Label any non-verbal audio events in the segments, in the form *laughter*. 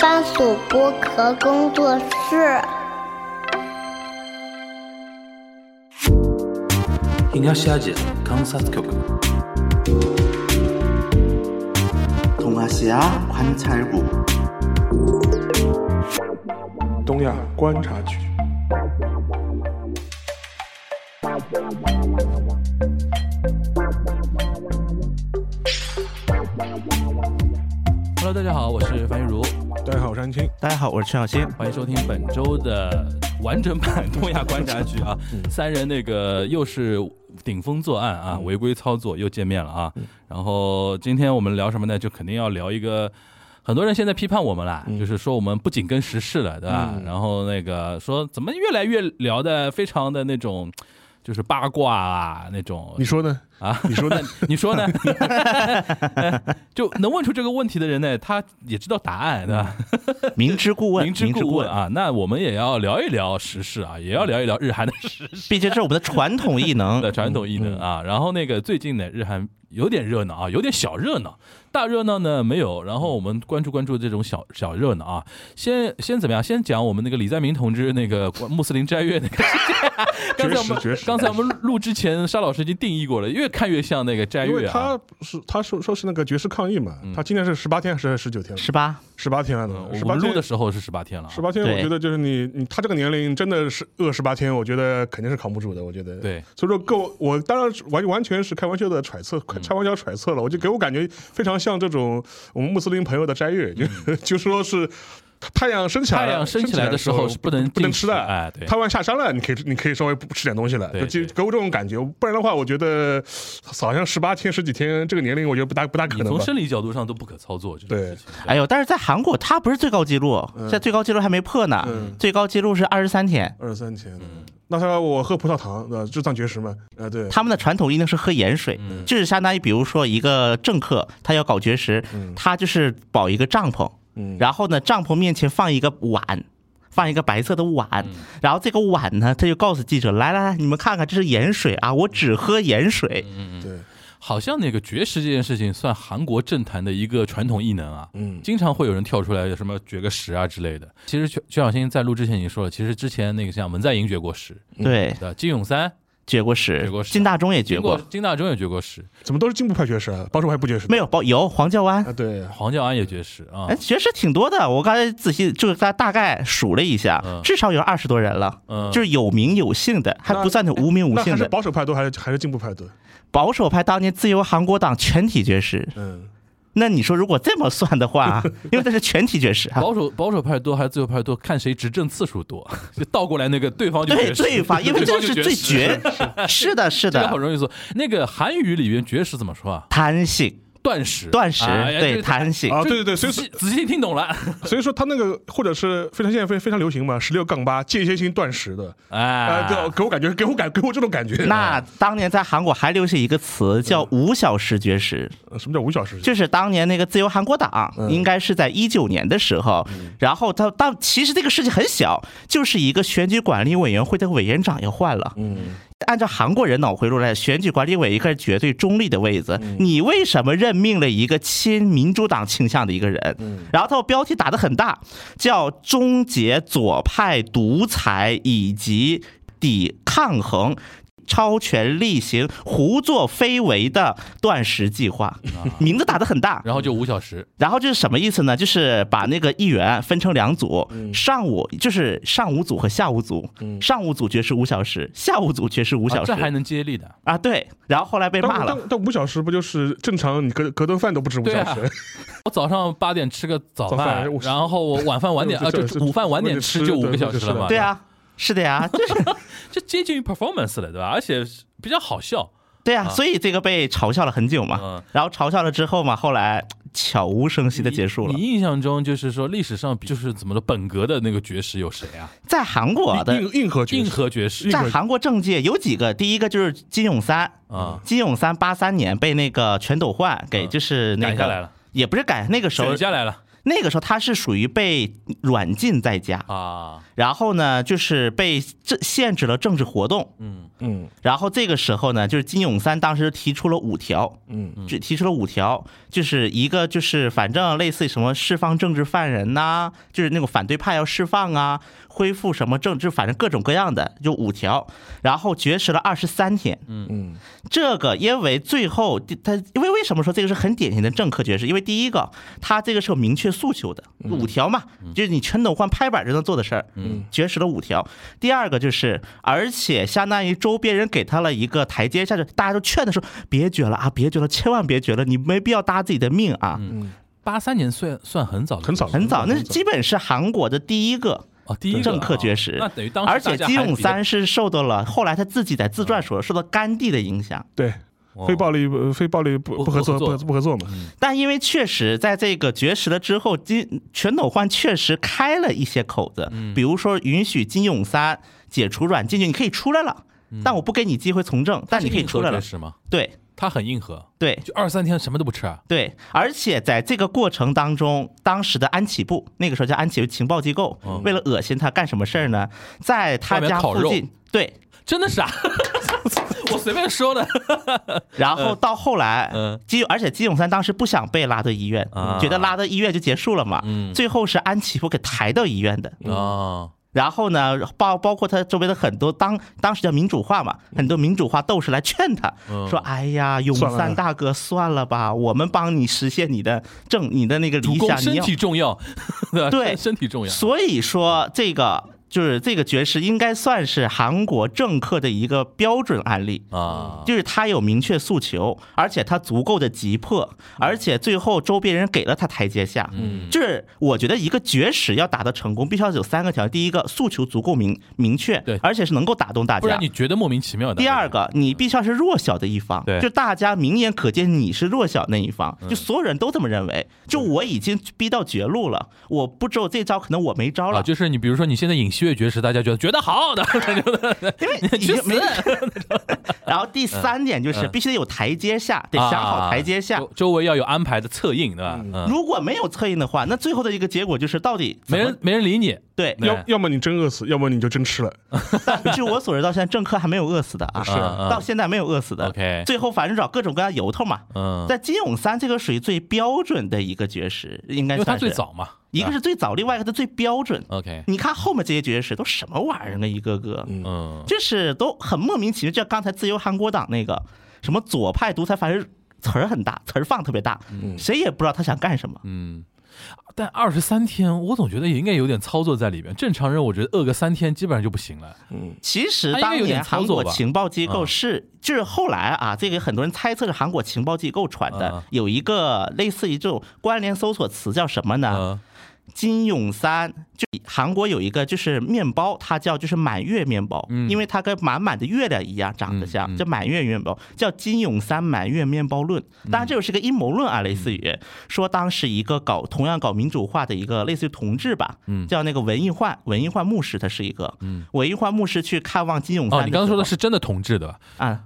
番薯剥壳工作室。東アジア観察局 동아시아관찰국 东亚观察局。 Hello，大家好，我是樊玉茹，大家好，我是安青。大家好，我是陈小新。欢迎收听本周的完整版东亚观察局啊，嗯三人那个又是顶风作案啊，违规操作又见面了嗯啊。然后今天我们聊什么呢？就肯定要聊一个。很多人现在批判我们嗯啦，就是说我们不紧跟时事了，对吧？然后那个说怎么越来越聊的非常的那种，就是八卦啊那种你说呢？啊，你说呢？ *laughs* 你说呢？就能问出这个问题的人呢，他也知道答案，对吧？明知故问，明知故问，啊，那我们也要聊一聊时事啊，也要嗯聊一聊日韩的 *laughs* 时事毕竟这是我们的传统 *laughs* 异能的。传统异嗯能啊。然后那个最近呢，日韩有点热闹啊，有点小热闹，大热闹呢没有。然后我们关注关注这种小小热闹啊。先先怎么样？先讲我们那个李在明同志那个穆斯林斋月那个。刚才我们绝食绝食刚才我们录之前，沙老师已经定义过了，越看越像那个斋因为月啊。他是他说说是那个绝食抗议嘛，他今天是十八天还是十九天了？十八，十八天嗯了，十我八们天录的时候是十八天了啊十。八天，对我觉得就是你你他这个年龄真的是饿十八天，我觉得肯定是扛不住的，我觉得。对，所以说够我当然是完完全是开玩笑的揣测，嗯开玩笑揣测了，我就给我感觉非常像这种我们穆斯林朋友的斋月，就就 *laughs* 说是。太阳升起来了，太阳升升起来的的时时候候是不能不能进吃食的，哎对太阳下山了，你可以你可以稍微不吃点东西了，对就就对给我这种感觉。不然的话，我觉得好像十八天十几天这个年龄，我觉得不大不大可你能从吧。生理角度上都不可操作这种事情。哎呦，但是在韩国他不是最高纪录，现在最高纪录还没破呢，最高纪录是二十三天。二十三天，那他我喝葡萄糖，呃，这算绝食吗？啊，对，他们的传统一定是喝盐水，就是相当于比如说一个政客他要搞绝食，他就是保一个帐篷，嗯然后呢帐篷面前放一个碗。放一个白色的碗，然后这个碗呢，他就告诉记者：“来来来，你们看看，这是盐水啊，我只喝盐水。对，好像那个绝食这件事情算韩国政坛的一个传统异能啊，嗯经常会有人跳出来什么绝个食啊之类的。其实薛薛小新在录之前已经说了，其实之前那个像文在寅绝过食，对，对吧？金泳三绝过食，绝过食金大中也绝绝过过，，金大中也绝过食，怎么都是进步派绝食啊？保守派不绝食？没有包有黄教安啊，，对啊，黄教安也绝食啊哎，。学识挺多的。我刚才仔细就是大大概数了一下，嗯至少有二十多人了，嗯就是有名有姓的，还不算那无名无那还姓是的。保守派多还是还是进步派多？保守派当年自由韩国党全体绝食，嗯，那你说如果这么算的话，因为这是全体绝食啊。保守保守派多还是自由派多？看谁执政次数多， *laughs* 就倒过来那个对方就对绝食对方，因为这方是就最食 *laughs* 绝，是的，是这个好的，容易说。那个韩语里面绝食怎么说啊？贪性断食，断食，哎呀对这贪性，啊，这对对对，所仔以细仔细听懂了，所以说他那个或者是非常现在非非常流行嘛，十六杠八间歇性断食的，啊，哎对，，给我感觉给我感给我这种感觉。那当年在韩国还流行一个词叫“五小时绝食”，呃什么叫五小时？就是当年那个自由韩国党，应该是在一九年的时候，然后他当其实这个事情很小，就是一个选举管理委员会的委员长要换了。嗯，按照韩国人脑回路来，选举管理委一个是绝对中立的位子，你为什么任命了一个亲民主党倾向的一个人？然后他标题打得很大，叫“终结左派独裁以及抵抗衡”。超权力行、胡作非为的断食计划，名字打得很大。啊然后就五小时，然后这是什么意思呢？就是把那个议员分成两组，嗯上午就是上午组和下午组，上午组绝食五小时，下午组绝食五小啊时这还能接力的。啊，对。然后后来被但骂了，但但五小时不就是正常你隔隔顿饭都不止五对小啊 *laughs* 时？我早上八点吃个早早饭饭我，然后我晚饭晚点 *laughs* 啊，这就这这午饭晚点吃就五对个小时了嘛。对对，啊，是的呀，就是这接近于 performance 了，对吧？而且比较好笑。对啊，所以这个被嘲笑了很久嗯嘛。然后嘲笑了之后嘛，后来悄无声息的结束了你。。你印象中就是说历史上比就是怎么说本格的那个绝食有谁啊？在韩国的硬硬核绝硬食，核啊绝食在韩国政界有几个，第一个就是金泳三啊，金泳三八三年被那个全斗焕给嗯就是那赶个下来了，也不是改，那个时候选下来了，那个时候他是属于被软禁在家，啊，然后呢，就是被这限制了政治活动。嗯嗯然后这个时候呢，就是金永三当时提出了五条，嗯就提出了五条，就是一个就是反正类似于什么释放政治犯人呐、就是那种反对派要释放啊，恢复什么政治，反正各种各样的，就五条。然后绝食了二十三天，嗯这个因为最后他因为为什么说这个是很典型的政客爵士？因为第一个，他这个是有明确诉求的，嗯五条嘛，就是你全斗焕拍板就能做的事儿，绝食了五条。第二个就是，而且相当于周边人给他了一个台阶下，就大家都劝他说别绝了啊，别绝了，千万别绝了，你没必要搭自己的命啊。嗯八三年算算很早了，很早很早，嗯那是基本是韩国的第一个。哦，第一个政客啊绝食，那等于当时而且大家金还永比较嗯三是受到了后来他自己在自传说受到甘地的影响，对哦非暴力不非暴力不不不合作不合不作不合作嘛，但因为确实在这个绝食了之后，金全斗焕确实开了一些口子，嗯比如说允许金永三解除软禁，就你可以出来了，但我不给你机会从政，但你可以出来了。嗯是吗？对他很硬核，对就二三天什么都不吃啊。对，而且在这个过程当中，当时的安企部那个时候叫安企部情报机构，为了恶心他干什么事儿呢？在哦他外面家烤附肉近，对，真的是啊， *laughs* 我随便说的。然呃后到后来嗯，基而且基永三当时不想被拉到医院啊，嗯觉得拉到医院就结束了嘛。最后是安琪夫给抬到医院的。啊，然后呢，包包括他周围的很多当当时叫民主化嘛，嗯很多民主化斗士来劝他说：“哎呀，永算了三大哥，算了吧，我们帮你实现你的正你的那个主理攻想，身你要体啊重要，吧 *laughs* 对身体重要。所以说这个就是这个爵士应该算是韩国政客的一个标准案例啊就是他有明确诉求，而且他足够的急迫，而且最后周边人给了他台阶下。嗯，就是我觉得一个绝食要达到成功，必须要有三个条件：第一个，诉求足够明明确，对而且是能够打动大不家然。你觉得莫名其妙的。第二个，你必须要是弱小的一方，对嗯就大家明眼可见你是弱小那一方，就所有人都这么认为，就我已经逼到绝路了，我不只有这招，可能我没招啊，了，就是你比如说你现在尹锡悦绝食，大家觉得觉得好的，*laughs* 因为已去经没死。 *laughs* 嗯然后第三点就是必须得有台阶下， *laughs* 得想好台阶啊，下周周围要有安排的策应，对吧？嗯，如果没有策应的话，那最后的一个结果就是到底怎没么人没人理你，对。对要要么你真饿死，要么你就真吃了。但据我所知，到现在政客还没有饿死的 *laughs* 啊，是嗯到现在没有饿死的。 OK 最后反正找各种各样由头嘛。嗯，在金永三这个属于最标准的一个绝食，应该因为他算是最，早啊嗯嘛。一个对吧是最早，另外一个是最标准。 OK，你看后面这些绝食都什么玩意儿啊，一个个，嗯，就是都很莫名其妙。就像刚才自由韩国党那个什么左派独裁，反正词儿很大，词儿放特别大，嗯谁也不知道他想干什么。但二十三天，我总觉得也应该有点操作在里边。正常人我觉得饿个三天基本上就不行了。其实它啊应该当有点年操韩作国吧情报机构是，就是后来啊，这个很多人猜测是韩国情报机构传的嗯，有一个类似于这种关联搜索词叫什么呢？嗯金永三，就韩国有一个就是面包，它叫就是满月面包，嗯因为它跟满满的月亮一样长得像，叫满月面包，叫金永三满月面包论。嗯当然这个是个阴谋论啊，类似于说当时一个搞同样搞民主化的一个类似于同志吧，嗯叫那个文艺焕，文艺焕牧师他是一个，文艺焕牧师去看望金永哦，三时候。你刚刚说的是真的同志对 *laughs* 吧？啊，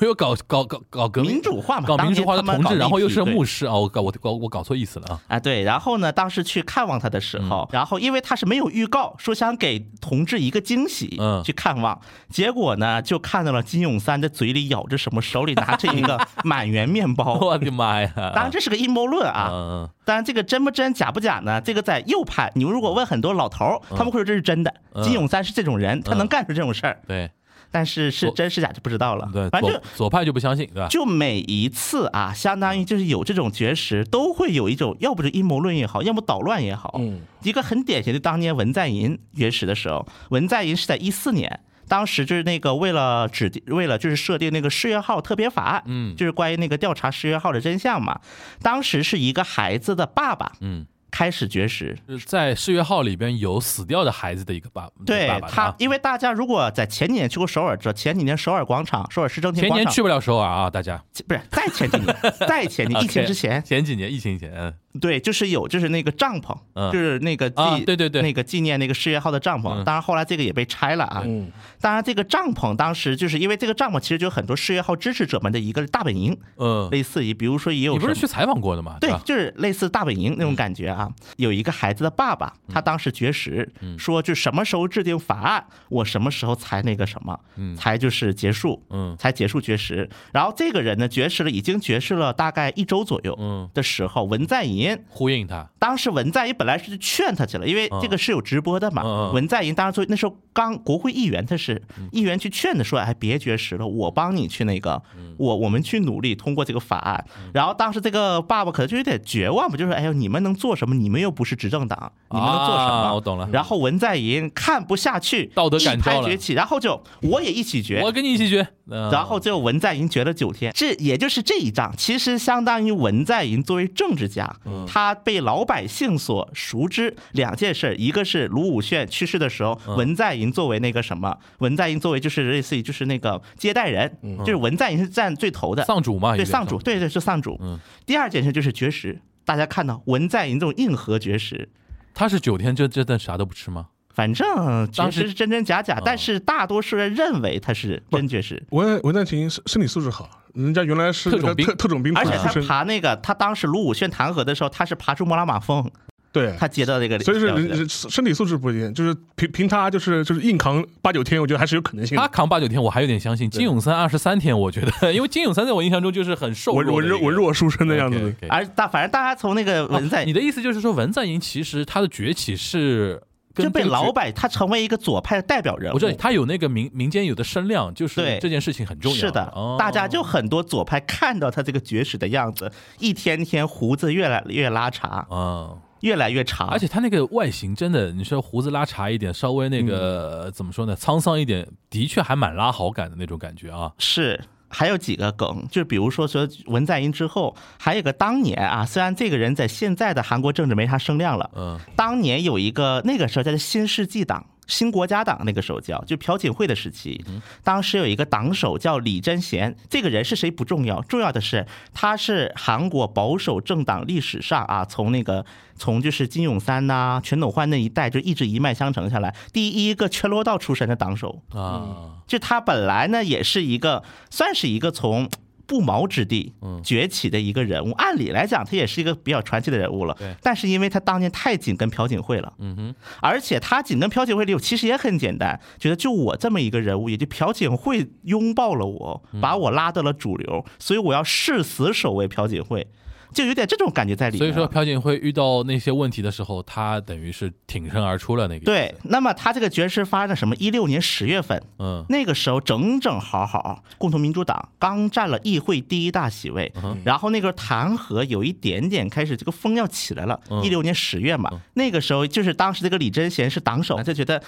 我有搞搞搞搞革命民主化嘛搞当民年主化的他们同搞志，然后立又体是对牧师啊！我搞我搞我搞错意思了啊！啊，对，然后呢，当时去看望他的时候，嗯然后因为他是没有预告，说想给同志一个惊喜，嗯去看望，结果呢，就看到了金永三的嘴里咬着什么，手里拿着一 *laughs* 个满园面包。我的妈呀！哦当然这是个阴谋论啊，嗯，嗯当然这个真不真假不假呢？这个在右派，你如果问很多老头嗯儿，他们会说这是真的。金永三是这种人，他能干出这种事儿，对但是是真是假就不知道了。对，反正左左派就不相信，对吧？就每一次啊，相当于就是有这种绝食，都会有一种，要不就阴谋论也好，要么捣乱也好。嗯，一个很典型的，当年文在寅绝食的时候，文在寅是在一四年。当时就是那个为了指定，为了就是设定那个世越号特别法案，嗯，就是关于那个调查世越号的真相嘛。当时是一个孩子的爸爸，嗯，开始绝食，就是在世越号里边有死掉的孩子的一个爸，对爸爸的他啊，因为大家如果在前几年去过首尔，知道前几年首尔广场、首尔市政厅前广年场去不了首尔啊，大家 *laughs* 不是再前几年，再前年 OK，疫情之前，前几年疫情前，嗯对，就是有，就是那个帐篷，嗯就是那个纪、啊对对对那个纪念那个世越号的帐篷。嗯当然后来这个也被拆了啊。嗯当然这个帐篷当时就是因为这个帐篷其实就有很多世越号支持者们的一个大本营，嗯，类似于比如说也有你不是什去嗯么采访过的吗？对吧，？就是类似大本营那种感觉啊。有一个孩子的爸爸，嗯他当时绝食，说就什么时候制定法案，我什么时候才那个什么，才就是结束，嗯才结束绝食。然后这个人呢，绝食了，已经绝食了大概一周左右嗯的时候，文在寅。呼应他，当时文在寅本来是劝他去了，因为这个是有直播的嘛。嗯嗯嗯嗯文在寅当时做那时候刚国会议员，他是议员去劝他说：“哎，别绝食了，我帮你去那个，嗯我我们去努力通过这个法案。”然后当时这个爸爸可能就有点绝望吧，就说：“哎呦，你们能做什么？你们又不是执政党，你们能做什么？”啊我懂了然后文在寅看不下去，道德感一拍召了崛起，然后就我也一起绝，我跟你一起决。嗯然后最后文在寅绝了九天，这也就是这一仗，其实相当于文在寅作为政治家，嗯他被老百姓所熟知两件事儿，一个是卢武铉去世的时候，嗯文在寅作为那个什么，文在寅作为就是类似于就是那个接待人，就是文在寅是占最头的，嗯丧主嗯嘛，对有点像丧主，，对对是丧主。第二件事就是绝食，大家看到文在寅这种硬核绝食，他是九天就真的啥都不吃吗？反正绝当时嗯食是真真假假，但是大多数人认为他是真绝食。文文在寅身身体素质好，人家原来是那特个种兵特特种兵而且出他身，爬那个，他当时卢武铉弹劾的时候，他是爬出莫拉玛峰，对，他接到这个，所以是了解人人身体素质不一定，就是凭凭他就是就是硬扛八九天，我觉得还是有可能性他的。扛八九天，我还有点相信。金永三二十三天，我觉得， *laughs* 因为金永三在我印象中就是很瘦文弱文的一个弱人文弱书生的样子哎的。 OK，OK 而大反正大家从那个文在哦你的意思就是说，文在寅其实他的崛起是跟就被这个老角，百，他成为一个左派的代表人物我知。道他有那个民民间有的声量，就是对这件事情很重要。是的哦，大家就很多左派看到他这个绝食的样子，一天天胡子越来越拉长，啊，越来越长，而且他那个外形真的，你说胡子拉碴一点，稍微那个嗯呃怎么说呢，沧桑一点，的确还蛮拉好感的那种感觉啊。是还有几个梗，就比如说说文在寅之后，还有个当年啊，虽然这个人在现在的韩国政治没啥声量了，嗯，当年有一个那个时候叫新世纪党。新国家党那个时候叫，就朴槿惠的时期，当时有一个党首叫李贞贤，这个人是谁不重要，重要的是他是韩国保守政党历史上啊，从那个从就是金泳三呐、全斗焕那一代就一直一脉相承下来，第一个全罗道出身的党首，啊，就他本来呢也是一个算是一个从。不毛之地嗯崛起的一个人物，按理来讲，他也是一个比较传奇的人物了对。但是因为他当年太紧跟朴槿惠了，嗯哼，而且他紧跟朴槿惠离我其实也很简单，觉得就我这么一个人物，也就朴槿惠拥抱了我，嗯把我拉到了主流，所以我要誓死守卫朴槿惠，就有点这种感觉在里所面以嗯了。说朴槿惠遇到那些问题的时候，他等于是挺身而出了那个。对，，那么他这个爵士发生在什么？一六年十月份，嗯那个时候整整好好，共同民主党刚占了议会第一大席位，然后那个弹劾有一点点开始这个风要起来了。一六年十月嘛，那个时候就是当时这个李贞贤是党首，就觉得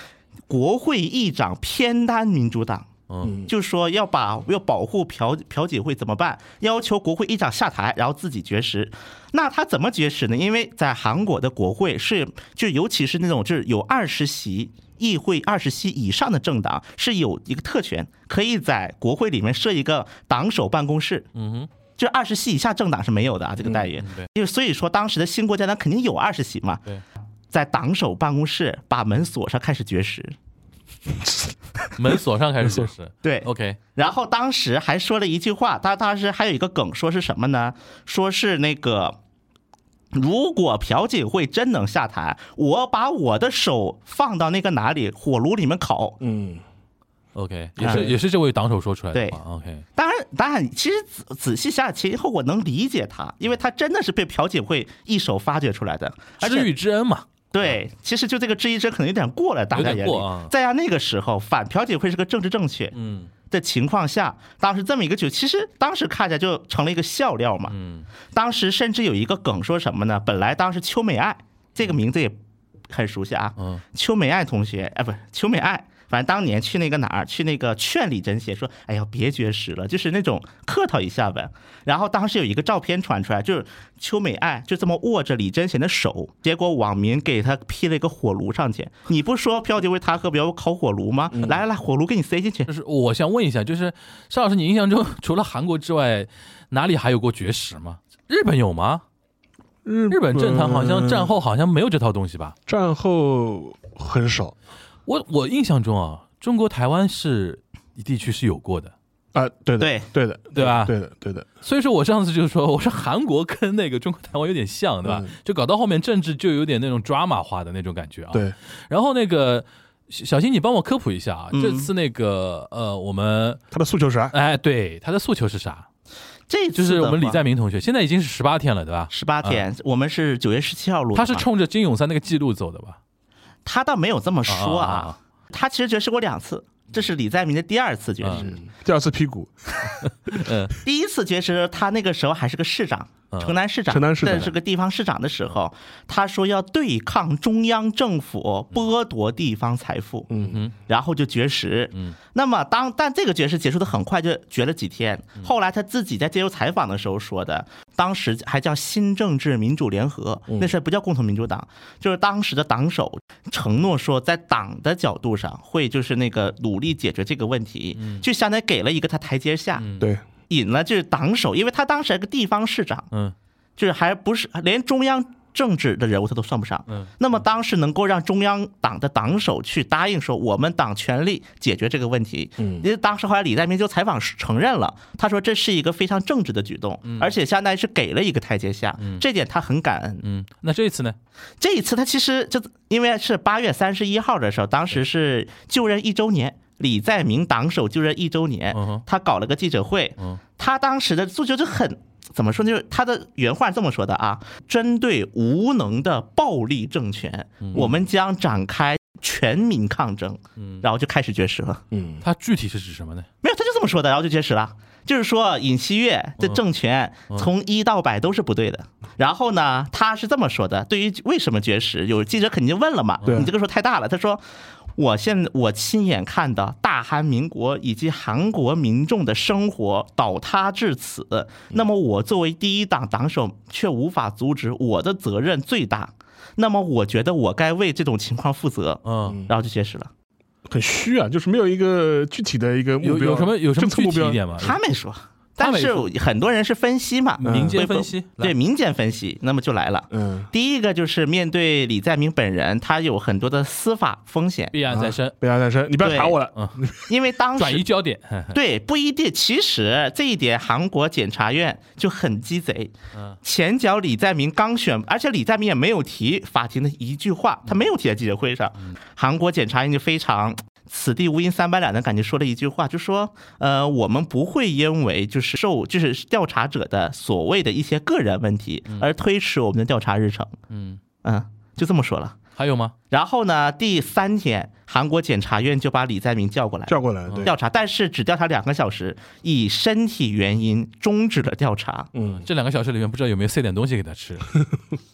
国会议长偏袒民主党。嗯就说要把要保护朴朴槿惠怎么办？要求国会议长下台，然后自己绝食。那他怎么绝食呢？因为在韩国的国会是，就尤其是那种就是有二十席议会二十席以上的政党是有一个特权，可以在国会里面设一个党首办公室。嗯哼，嗯就二十席以下政党是没有的啊，这个待遇。对因为所以说当时的新国家党肯定有二十席嘛。对。在党首办公室把门锁上，开始绝食。 *laughs* 门锁上开始就是。对 OK，然后当时还说了一句话，他当时还有一个梗，说是什么呢？说是那个，如果朴槿惠真能下台，我把我的手放到那个哪里火炉里面烤。嗯， OK，也是也是这位党首说出来的嗯对话。OK，当然，当然，其实仔仔细想想前因后果能理解他，因为他真的是被朴槿惠一手发掘出来的，而知遇且之恩嘛，对，其实就这个质疑声可能有点过了，大家有眼点里过啊。再加那个时候，反朴槿惠是个政治正确，嗯的情况下，当时这么一个剧，其实当时看起来就成了一个笑料嘛。嗯，当时甚至有一个梗说什么呢？本来当时邱美爱这个名字也很熟悉啊，嗯，邱美爱同学，哎，不是邱美爱。反正当年去那个哪儿，去那个劝李贞贤说：“哎呀，别绝食了，就是那种客套一下呗。”然后当时有一个照片传出来，就是邱美爱就这么握着李贞贤的手，结果网民给他 P 了一个火炉上去。你不说朴槿惠弹劾不要烤火炉吗？嗯来来来，火炉给你塞进去就。是我想问一下，就是邵老师，你印象中除了韩国之外，哪里还有过绝食吗？日本有吗？日日本政坛好像战后后好像没有这套东西吧？战后很少我我印象中啊，中国台湾是地区是有过的，啊，对的，对啊对的，对吧对的，对的，所以说我上次就说，我说韩国跟那个中国台湾有点像，对嗯吧？就搞到后面政治就有点那种 drama 化的那种感觉啊。。对，然后那个小小新，你帮我科普一下啊，嗯这次那个呃，我们他的诉求是啥？哎，对他的诉求是啥？这次就是我们李在明明同学，现在已经是十八天了，对吧？十八天，我们是九月十七号录的他嘛，是冲着金泳三那个记录走的吧？他倒没有这么说啊啊啊，他其实绝食过两次，这是李在明的第二次绝食。第二次批股，第一次绝食，他那个时候还是个市长，城南市长，城南市长但是个地方市长的时候，他说要对抗中央政府剥夺地方财富，嗯哼，然后就绝食，嗯，那么当但这个绝食结束的很快，就绝了几天。后来他自己在接受采访的时候说的，当时还叫新政治民主联合，嗯那时候不叫共同民主党，就是当时的党首承诺说，在党的角度上会就是那个努力解决这个问题，就相当于给了一个他台阶下，对，引了就是党首，因为他当时还是个地方市长，嗯，就是还不是连中央政治的人物他都算不上，嗯，那么当时能够让中央党的党首去答应说我们党全力解决这个问题，嗯，因为当时后来李在明就采访时承认了，他说这是一个非常正直的举动，而且相当于是给了一个台阶下，这点他很感恩，嗯，那这一次呢？这一次他其实就因为是八月三十一号的时候，当时是就任一周年，李在明党首就任一周年嗯哼，嗯他搞了个记者会，他当时的诉求就很。怎么说呢？就是他的原话是这么说的啊：针对无能的暴力政权，嗯我们将展开全民抗争。嗯然后就开始绝食了。嗯，他具体是指什么呢？没有，他就这么说的，然后就绝食了。就是说，尹锡悦这政权从一到百都是不对的。然后呢，他是这么说的：对于为什么绝食，有记者肯定就问了嘛，对你这个说太大了。他说，我现我亲眼看到大韩民国以及韩国民众的生活倒塌至此，那么我作为第一党党首却无法阻止，我的责任最大。那么我觉得我该为这种情况负责，嗯，然后就绝食了。很虚啊，就是没有一个具体的一个目有标，有什么有什么政策具目体标一？点吗？他没说，他但没是说很多人是分析嘛，嗯民间会不分析来对民间分析，那么就来了。嗯，第一个就是面对李在明本人，他有很多的司法风险，必然在身，北大诞生，你不要打我了，因为当转移时焦点。 *laughs* 对不一定。其实这一点，韩国检察院就很鸡贼。前脚李在明刚选，而且李在明也没有提法庭的一句话，他没有提在记者会上。韩国检察院就非常此地无银三百两的感觉，说了一句话，就说呃，我们不会因为就是受就是调查者的所谓的一些个人问题而推迟我们的调查日程。嗯嗯，就这么说了。还有吗？然后呢，第三天，韩国检察院就把李在明叫过来了，叫过来，对，调查，但是只调查两个小时，以身体原因终止了调查，嗯，这两个小时里面不知道有没有塞点东西给他吃？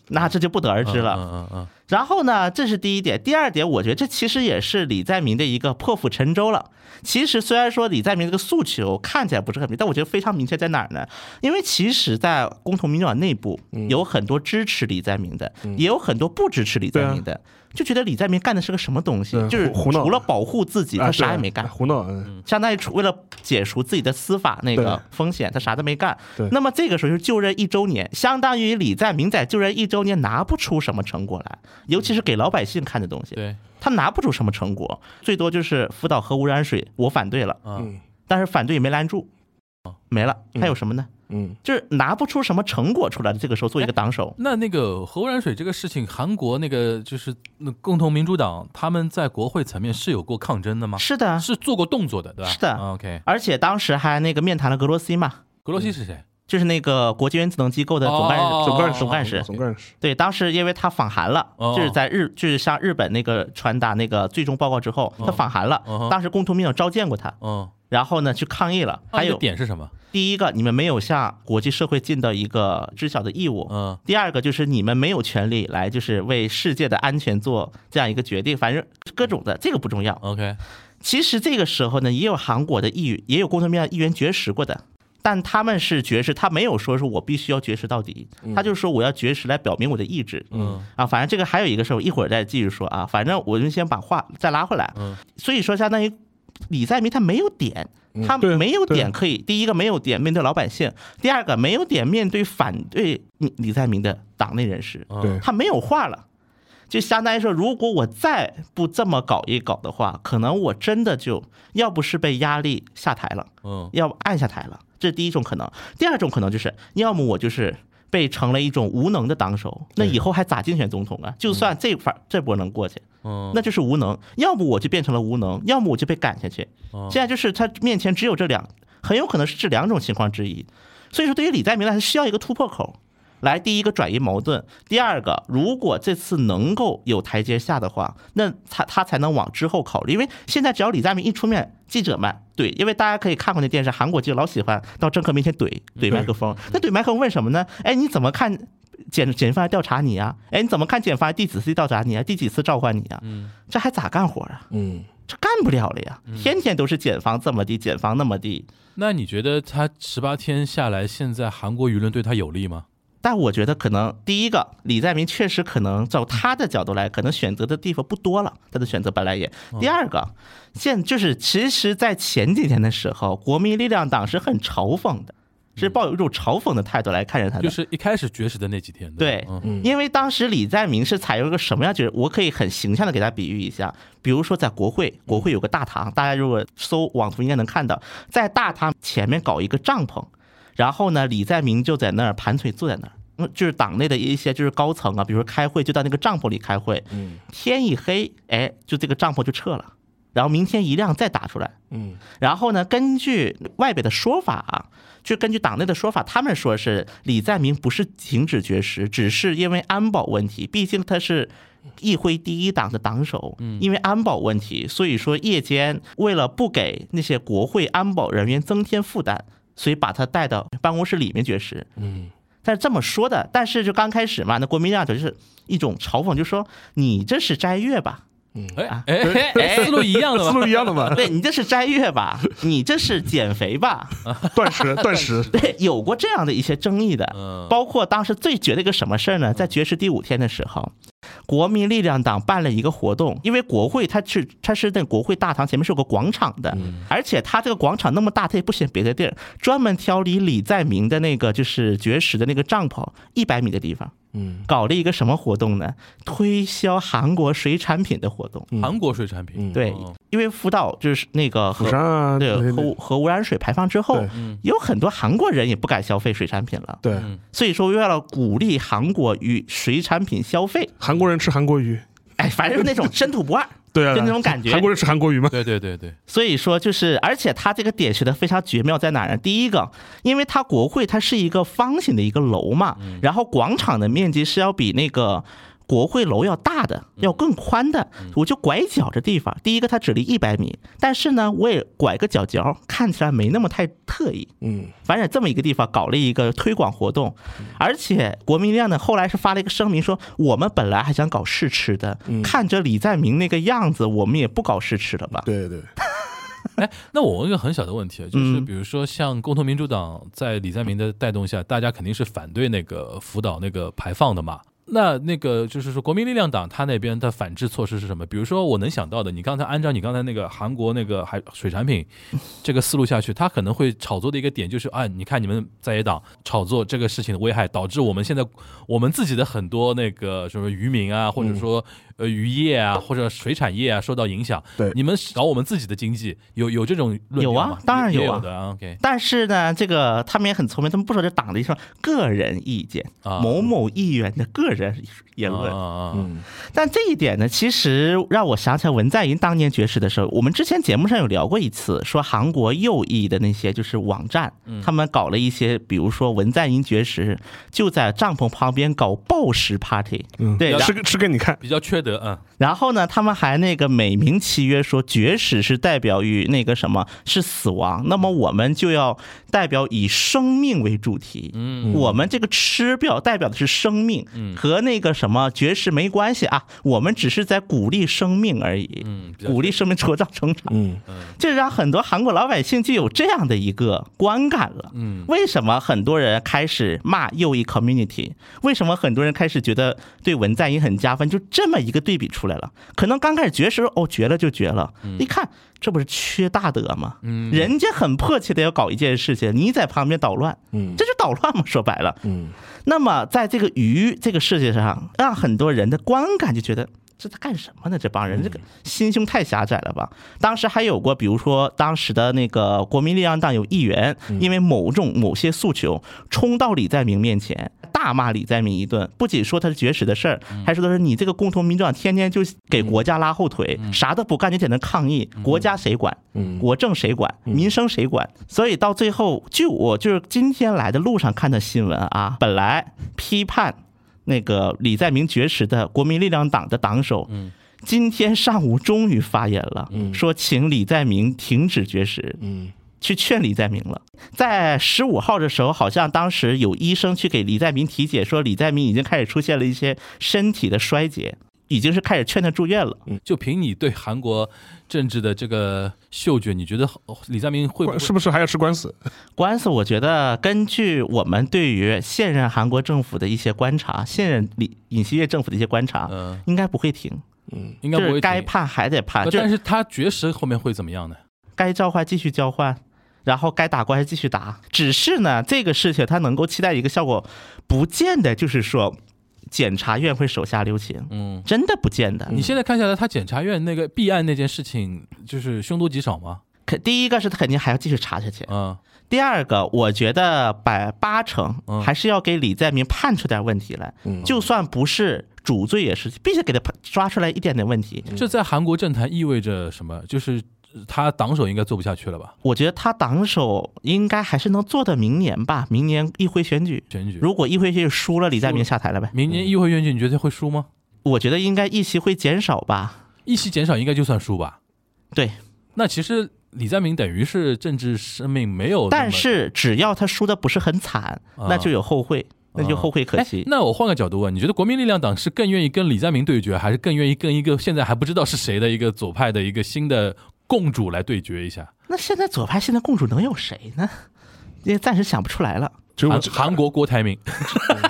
那这就不得而知了。嗯嗯嗯然后呢，这是第一点。第二点，我觉得这其实也是李在明的一个破釜沉舟了。其实虽然说李在明这个诉求看起来不是很明，但我觉得非常明确在哪儿呢？因为其实，在共同民主党内部嗯有很多支持李在明的，也有很多不支持李在明的，就觉得李在明干的是个什么东西，啊对就是胡胡闹除了保护自己，他啊啥对也没干。胡闹，嗯，相当于除为了解除自己的司法那对个风险，他啥都没干对。那么这个时候就是就任一周年，相当于李在明在就任一周年拿不出什么成果来，尤其是给老百姓看的东西，对，他拿不出什么成果，最多就是福岛核污染水，我反对了，嗯但是反对也没拦住哦，没了，还有什么呢？嗯，就是拿不出什么成果出来的。这个时候哎做一个党首，那那个核污染水这个事情，韩国那个就是那共同民主党，他们在国会层面是有过抗争的吗？是的，啊是做过动作的，对吧？啊是的啊 OK，而且当时还那个面谈了格罗西嘛，格罗西是谁？就是那个国际原子能机构的总干哦事，总干事总干事，总干事，对，当时因为他访韩了，哦就是在日，就是向日本那个传达那个最终报告之后，他访韩了。嗯哼当时共同民主召见过他，嗯，然后呢去抗议了。他还的有哦点是什么？第一个，你们没有向国际社会尽到一个知晓的义务。嗯第二个就是你们没有权利来，就是为世界的安全做这样一个决定，反正各种的这个不重要。 ，OK，其实这个时候呢，也有韩国的议员，也有共同民主党议员绝食过的，但他们是绝食，他没有说是我必须要绝食到底，他就说我要绝食来表明我的意志。嗯啊，反正这个还有一个事儿，我一会儿再继续说啊。反正我就先把话再拉回来。嗯，所以说相当于李在明他没有点，他对啊没有对啊点可以，第一个没有点面对老百姓，第二个没有点面对反对李李在明的党内人士，对 *laughs* 他没有话了。就相当于说，如果我再不这么搞一搞的话，可能我真的就要不是被压力下台了，嗯要不按下台了，这是第一种可能。第二种可能就是，要么我就是被成了一种无能的党首，那以后还咋竞选总统啊？就算这反这波能过去，嗯，那就是无能；要么我就变成了无能，要么我就被赶下去。哦现在就是他面前只有这两，很有可能是这两种情况之一。所以说，对于李在明来说，需要一个突破口。来，第一个转移矛盾，第二个，如果这次能够有台阶下的话，那他他才能往之后考虑。因为现在只要李在明一出面，记者们怼，因为大家可以看过那电视，韩国就老喜欢到政客面前怼怼麦克风。那怼麦克风问什么呢？哎，你怎么看检检方调查你啊？哎，你怎么看检方第几次调查你啊？第几次召唤你啊？这还咋干活啊？嗯，这干不了了嗯呀！天天都是检方这么地，检方那么地。那你觉得他十八天下来，现在韩国舆论对他有利吗？但我觉得可能第一个，李在明确实可能照他的角度来，可能选择的地方不多了，他的选择本来也。嗯第二个，现就是其实，在前几天的时候，国民力量党是很嘲讽的，是抱有一种嘲讽的态度来看着他的。嗯就是一开始绝食的那几天，对吧，嗯因为当时李在明是采用一个什么样？就是我可以很形象的给他比喻一下，比如说在国会，国会有个大堂，大家如果搜网图应该能看到，在大堂前面搞一个帐篷，然后呢，李在明就在那儿盘腿坐在那儿。嗯，就是党内的一些就是高层啊，比如说开会就到那个帐篷里开会，嗯，天一黑，哎，就这个帐篷就撤了，然后明天一亮再打出来，然后呢，根据外边的说法啊，就根据党内的说法，他们说是李在明不是停止绝食，只是因为安保问题，毕竟他是。议会第一党的党首，因为安保问题，所以说夜间为了不给那些国会安保人员增添负担，所以把他带到办公室里面绝食。嗯，他是这么说的，但是就刚开始嘛，那国民党就是一种嘲讽，就说你这是斋月吧？ *laughs* 哎哎哎，思路一样的思吧？路一样的嘛，对你这是斋月吧？你这是减肥吧？ *laughs* 断食断食，对，有过这样的一些争议嗯的，包括当时最绝的一个什么事儿嗯呢？在绝食第五天的时候，国民力量党办了一个活动，因为国会它是它是在国会大堂前面是有个广场的，嗯而且它这个广场那么大，它也不选别的地儿，专门挑离李在明的那个就是绝食的那个帐篷一百米的地方，嗯，搞了一个什么活动呢？推销韩国水产品的活动，韩国水产品，对哦，因为福岛就是那个嗯釜核山啊，对那些核污核污染水排放之后对，有很多韩国人也不敢消费水产品了。对，所以说，为了鼓励韩国与水产品消费，韩国人吃韩国鱼，哎，反正是那种深土不二， *laughs* 对啊，就那种感觉韩国人吃韩国鱼吗？对对对对，所以说，就是而且它这个点学的非常绝妙在哪儿呢？第一个，因为它国会它是一个方形的一个楼嘛，嗯然后广场的面积是要比那个。国会楼要大的，嗯要更宽的，我就拐角这地方。第一个，它只离一百米，但是呢，我也拐个角角，看起来没那么太特意。嗯，反正这么一个地方搞了一个推广活动，嗯而且国民力量呢后来是发了一个声明说，我们本来还想搞试吃的，嗯看着李在明那个样子，我们也不搞试吃了吧？对对，哎，那我问一个很小的问题，啊，就是嗯比如说像共同民主党在李在明的带动下，大家肯定是反对那个福岛那个排放的嘛。那那个就是说，国民力量党他那边的反制措施是什么？比如说，我能想到的，你刚才按照你刚才那个韩国那个海水产品这个思路下去，他可能会炒作的一个点就是，啊，你看你们在野党炒作这个事情的危害，导致我们现在我们自己的很多那个什么渔民啊，或者说嗯呃渔业啊，或者水产业啊受到影响。对你们搞我们自己的经济，有有这种论调有啊吗当然也也有有啊的啊。OK，但是呢，这个他们也很聪明，他们不说这党的一说个人意见，啊某某议员的个人言论。嗯啊但这一点呢，其实让我想起来文在寅当年绝食的时候，我们之前节目上有聊过一次，说韩国右翼的那些就是网站，他们搞了一些，比如说文在寅绝食，就在帐篷旁边搞暴食 party，对，然嗯吃给吃给你看，比较缺德，嗯，然后呢，他们还那个美名其曰说绝食是代表于那个什么是死亡，那么我们就要嗯代表以生命为主题。嗯，我们这个吃表代表的是生命，可和那个什么爵士没关系啊，我们只是在鼓励生命而已，嗯比较鼓励生命茁壮成长。嗯这让很多韩国老百姓就有这样的一个观感了。嗯，为什么很多人开始骂右翼 community？为什么很多人开始觉得对文在寅很加分？就这么一个对比出来了。可能刚开始绝食哦，绝了就绝了，一看这不是缺大德吗？嗯人家很迫切的要搞一件事情，你在旁边捣乱，嗯这就捣乱嘛。说白了，嗯那么在这个鱼这个世界上，让很多人的观感就觉得。这在干什么呢？这帮人这个心胸太狭窄了吧？当时还有过，比如说当时的那个国民力量党有议员，嗯因为某种某些诉求，冲到李在明面前大骂李在明一顿，不仅说他是绝食的事儿，嗯还说的是你这个共同民主党天天就给国家拉后腿，啥都不干就在那抗议，国家谁管？嗯国政谁管，民生谁管？所以到最后，据我就是今天来的路上看的新闻啊，本来批判那个李在明绝食的国民力量党的党嗯首，今天上午终于发言了，嗯说请李在明停止绝食，嗯去劝李在明了。在十五号的时候，好像当时有医生去给李在明体检，说李在明已经开始出现了一些身体的衰竭，已经是开始劝他住院了。就凭你对韩国政治的这个嗅觉，你觉得哦李在明会不会官是不是还要吃官司？官司，我觉得根据我们对于现任韩国政府的一些观察，现任李尹锡悦政府的一些观察，嗯应该不会停，应该不就会是该停判还得判，呃就但是是他绝食后面会怎么样呢？该交换继续交换，然后该打官司继续打。只是呢，这个事情它能够期待一个效果，不见得就是说检察院会手下留情，嗯，真的不见得。你现在看下来，他检察院那个弊案那件事情，就是凶多吉少嘛。肯第一个是他肯定还要继续查下去，嗯第二个，我觉得百八成嗯还是要给李在明判出点问题来，就算不是主罪也是，必须给他判抓出来一点点问题。这在韩国政坛意味着什么？就是呃他党首应该做不下去了吧？我觉得他党首应该还是能做到明年吧，明年议会选举，选举，如果议会选举输了，李在输了明下台了呗。明年议会选举，你觉得会输吗？我觉得应该议席会减少吧，议席减少应该就算输吧？对。那其实李在明等于是政治生命没有那么，但是只要他输的不是很惨，啊那就有后悔，那就后悔可哎惜。那我换个角度问，你觉得国民力量党是更愿意跟李在明对决，还是更愿意跟一个现在还不知道是谁的一个左派的一个新的共主来对决一下？那现在左派现在共主能有谁呢？也暂时想不出来了。只有韩韩国郭台铭 *laughs*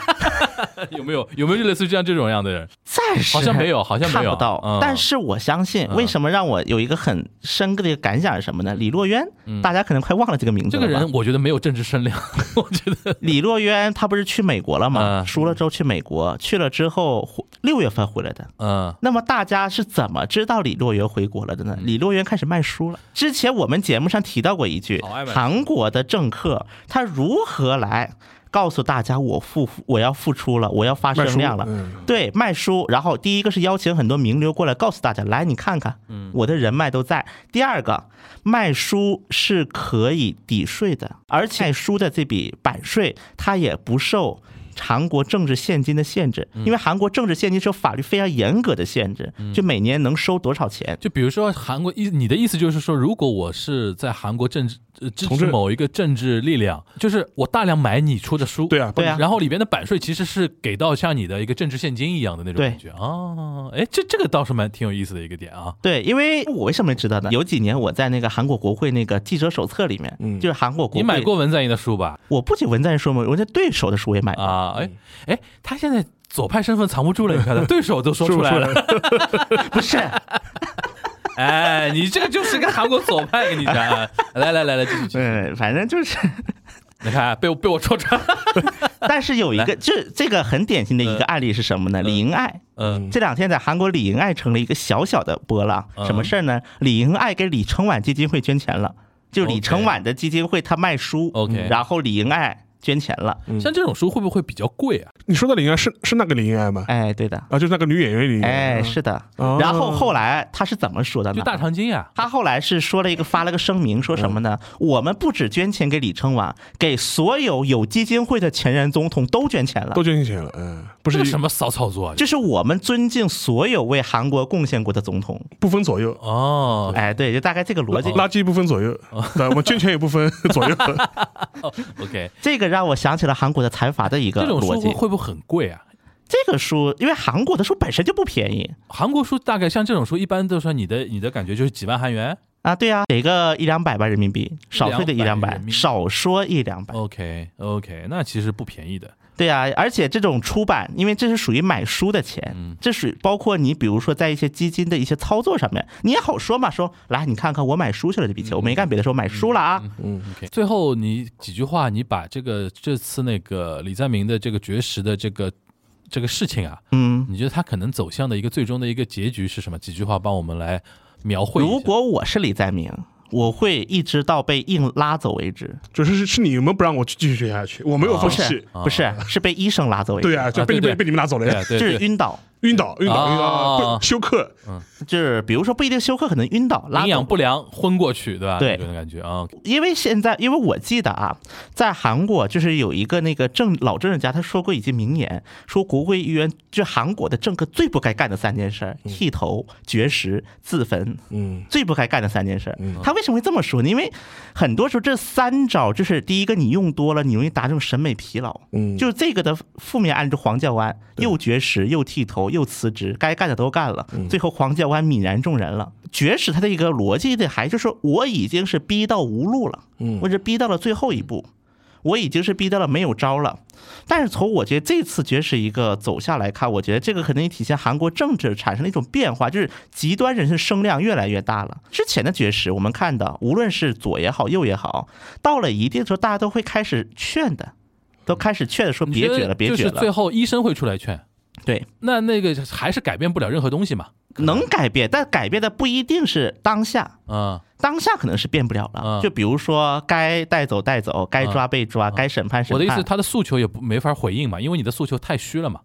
有没有有没有类似于这样这种样的 *laughs* 人？暂时好像 *laughs* 没有好像没有看不到。嗯但是我相信，嗯为什么让我有一个很深刻的一个感想是什么呢？李洛渊，大家可能快忘了这个名字嗯这了吧。个人我觉得没有政治声量， *laughs* 我觉得李洛渊，他不是去美国了吗？嗯输了之后去美国，去了之后回六月份回来的。嗯那么大家是怎么知道李洛渊回国了的呢？李洛渊开始卖书了。之前我们节目上提到过一句好爱卖，书韩国的政客他如何来告诉大家我付我要付出了，我要发卖声书量了。嗯对，卖书。然后第一个是邀请很多名流过来，告诉大家，来你看看，嗯我的人脉都在。第二个，卖书是可以抵税的，而且卖书的这笔版税，它也不受。韩国政治现金的限制，嗯因为韩国政治现金是有法律非常严格的限制，就每年能收多少钱，就比如说韩国意，你的意思就是说，如果我是在韩国政治、呃、支从持政某一个政治力量，就是我大量买你出的书，对啊，对啊然后里边的版税其实是给到像你的一个政治现金一样的那种对感觉啊，哎，这这个倒是蛮挺有意思的一个点啊，对，因为我为什么知道呢？有几年我在那个韩国国会那个记者手册里面，嗯就是韩国国会，你买过？文在寅的书吧？我不仅文在寅说嘛，文在寅对手的书我也买过。啊，哎哎，他现在左派身份藏不住了，你 *laughs* 看他对手都说出来了， *laughs* *laughs* 不是，哎，你这个就是个韩国左派，跟你讲啊，来来来来，继续，继续嗯，反正就是你看嗯被我被我戳穿， *laughs* 但是有一来个，这这个很典型的一个案例是什么呢？李英爱嗯这两天在韩国，李英爱成了一个小小的波浪。什么事儿呢？李英爱给李承晚基金会捐钱了，就 OK 李承晚的基金会他卖书 OK 然后李英爱捐钱 *laughs* 了。像这种书会不会比较贵啊？你说的林安是是那个林安吗？哎，对的，啊，就是那个女演员林安。哎，是的。哦然后后来他是怎么说的就呢？大长今呀，他后来是说了一个发了个声明，说什么嗯呢？我们不只捐钱给李承晚，给所有有基金会的前任总统都捐钱了都。捐进去了，嗯，不不是一什么骚操作啊，这是我们尊敬所有为韩国贡献过的总统。不分左右，哦，哎，对，就大概这个逻辑。垃圾不分左右，对，我们捐钱也不分左 *laughs* 右， OK，这个让我想起了韩国的财阀的一个这种逻书会辑，会不会很贵啊？这个书，因为韩国的书本身就不便宜韩国书大概像这种书，一般都说你的你的感觉就是几万韩元。啊，对啊，得个一两百吧人民币，少说的一两一两百百人民，币哦少说一两百。 OK OK，那其实不便宜的。对啊，而且这种出版，因为这是属于买书的钱，嗯这属于包括你比如说在一些基金的一些操作上面，你也好说嘛，说来你看看我买书去了这笔钱，我没干别的时候买书了嗯啊，最后你几句话，你把这个这次那个李在明的这个绝食的这个这个事情啊，嗯。你觉得他可能走向的一个最终的一个结局是什么？几句话帮我们来描绘一下。如果我是李在明，我会一直到被硬拉走为止，就是是是你们不让我去继续学下去，我没有啊放不弃是。不是是被医生拉走为止，哦对啊，就被啊对对被被你们拿走了呀，对就对是对，晕倒，晕倒晕倒啊晕倒，啊不休克。就是比如说不一定休克，可能晕倒拉营养走。不良昏过去，对吧？对这种感觉啊，因为现在，因为我记得啊，在韩国就是有一个那个政老政治家，他说过一句名言，说国会议员就韩国的政客最不该干的三件事儿：剃头、绝食、自焚。嗯，最不该干的三件事。他为什么会这么说呢？因为很多时候这三招，就是第一个你用多了，你容易达成审美疲劳。嗯就是这个的负面案例，就黄教安又绝食又剃头又辞职，该干的都干了，嗯最后黄教安泯然众人了。绝食他的一个逻辑的还就是说我已经是逼到无路了，嗯我是逼到了最后一步。我已经是逼到了没有招了，但是从我觉得这次绝食一个走下来看，我觉得这个可能也体现韩国政治产生了一种变化，就是极端人士声量越来越大了。之前的绝食，我们看到无论是左也好，右也好，到了一定时候，大家都会开始劝的，都开始劝的说你别觉得绝了，别就绝是最了。后医生会出来劝，对，那那个还是改变不了任何东西嘛。能改变，但改变的不一定是当下，啊、当下可能是变不了了。嗯就比如说该带走带走，该抓被抓，该审判审啊判。我的意思，他的诉求也不没法回应嘛，因为你的诉求太虚了嘛。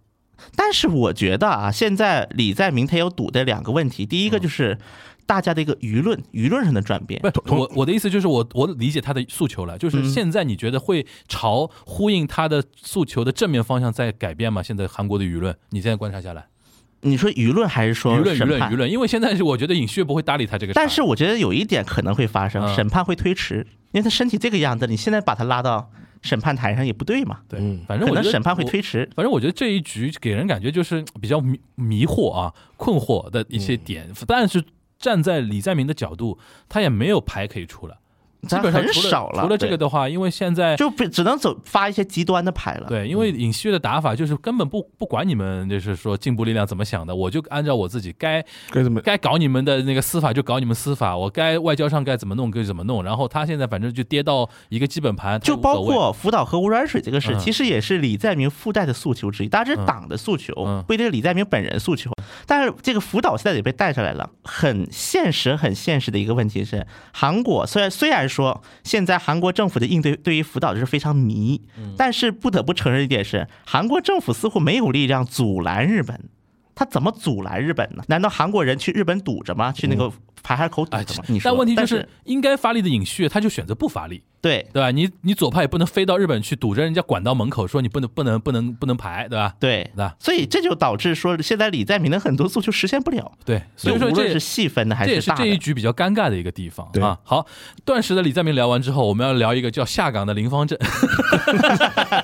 但是我觉得啊，现在李在明他有赌的两个问题，嗯第一个就是大家的一个舆论，舆论上的转变。不，我我的意思就是我我理解他的诉求了，嗯就是现在你觉得会朝呼应他的诉求的正面方向在改变吗？现在韩国的舆论，你现在观察下来，你说舆论还是舆说论舆审论舆判？论，因为现在是我觉得尹旭不会搭理他这个事儿，但是我觉得有一点可能会发生，嗯审判会推迟，因为他身体这个样子，你现在把他拉到审判台上也不对嘛，对，反正我可觉能得审判会我推迟。反正我觉得这一局给人感觉就是比较迷迷惑啊、困惑的一嗯些点，但是站在李在明的角度，他也没有牌可以出了，基咱本上很除了少了除了这对个的话，因为现在就不只能走发一些极端的牌了。对，因为尹锡悦的打法就是根本不不管你们就是说进步力量怎么想的，我就按照我自己该该怎么？该搞你们的那个司法就搞你们司法，我该外交上该怎么弄该怎么弄。然后他现在反正就跌到一个基本盘，他无就包所谓括福岛核污染水这个事，嗯其实也是李在明附带的诉求之一。当然，嗯这是党的诉求嗯，不一定是李在明本人诉求。但是这个福岛现在也被带上来了，很现实、很现实的一个问题是，韩国虽然虽然说现在韩国政府的应对对于福岛就是非常迷，嗯但是不得不承认一点是，韩国政府似乎没有力量阻拦日本。他怎么阻拦日本呢？难道韩国人去日本堵着吗？去那个排海口堵哎着吗？你，说，但问题就但是应该发力的尹锡悦他就选择不发力。对对吧？你你左派也不能飞到日本去堵着人家管道门口说你不能不能不能不能排，对吧？对那所以这就导致说，现在李在明的很多诉求实现不了。对，所以就说无论这是细分的还这也是大这一的，局比较尴尬的一个地方啊。好，断食的李在明聊完之后，我们要聊一个叫下岗的林方正。 *laughs*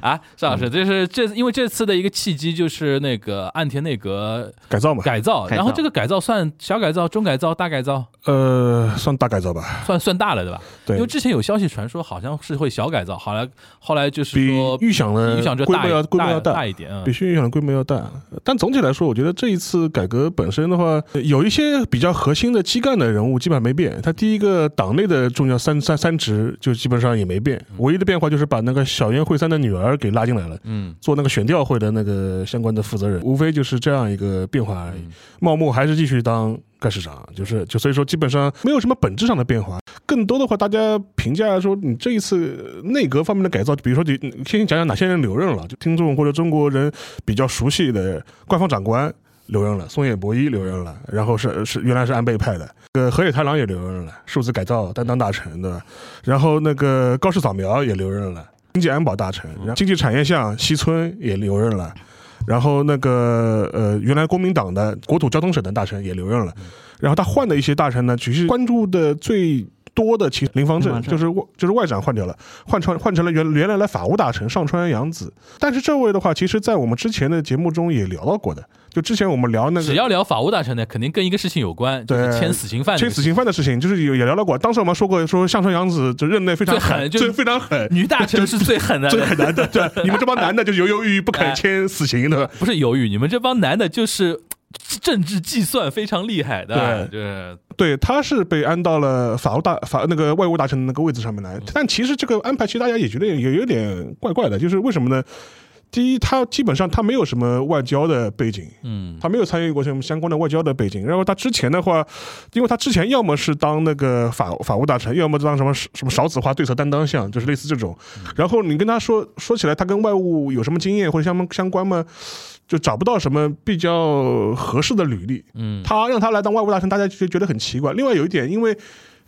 啊，张老嗯师，这是这因为这次的一个契机就是那个岸田内阁改造嘛，改造，改造然后这个改造算小改造、中改造、大改造，呃，算大改造吧，算算大了对吧？对因为之前有消息传说好像是会小改造，后来后来就是比说预想的预想就规大模一要规模要大大大一点，嗯比预想的规模要大。但总体来说，我觉得这一次改革本身的话，有一些比较核心的基干的人物基本上没变。他第一个党内的重要三三三职就基本上也没变，唯一的变化就是把那个小渊惠三的女儿给拉进来了，嗯，做那个选调会的那个相关的负责人，无非就是这样一个变化而已。茂木还是继续当干事长，就是就所以说基本上没有什么本质上的变化。更多的话，大家评价说你这一次内阁方面的改造，比如说你你先讲讲哪些人留任了，就听众或者中国人比较熟悉的官方长官留任了，松野博一留任了，然后是是原来是安倍派的，呃，河野太郎也留任了，数字改造担当大臣对吧？然后那个高市扫描也留任了，经济安保大臣，然后经济产业相西村也留任了。然后那个呃，原来国民党的国土交通省的大臣也留任了，然后他换的一些大臣呢，只是关注的最多的其实林方林正方正就是外就是外长换掉了，换成换成了原原来的法务大臣上川洋子。但是这位的话，其实在我们之前的节目中也聊到过的，就之前我们聊那只个。要聊法务大臣呢，肯定跟一个事情有关，就对是签死刑犯这签个事死情。刑犯的事情，就是有也聊到过。当时我们说过，说上川洋子就任内非常最狠就最非常狠，女大臣是最狠的，哎最狠男的。对， *laughs* 你们这帮男的就犹犹豫豫不肯签死刑的，不是犹豫，你们这帮男的就是政治计算非常厉害的，就是对，他是被安到了法务大法那个外务大臣的那个位置上面来。但其实这个安排，其实大家也觉得也有点怪怪的，就是为什么呢？第一，他基本上他没有什么外交的背景，嗯，他没有参与过什么相关的外交的背景。然后他之前的话，因为他之前要么是当那个法法务大臣，要么当什么什么少子化对策担当项，就是类似这种。然后你跟他说说起来，他跟外务有什么经验或者相相关吗？就找不到什么比较合适的履历。嗯他让他来当外务大臣，大家就觉得很奇怪。另外有一点，因为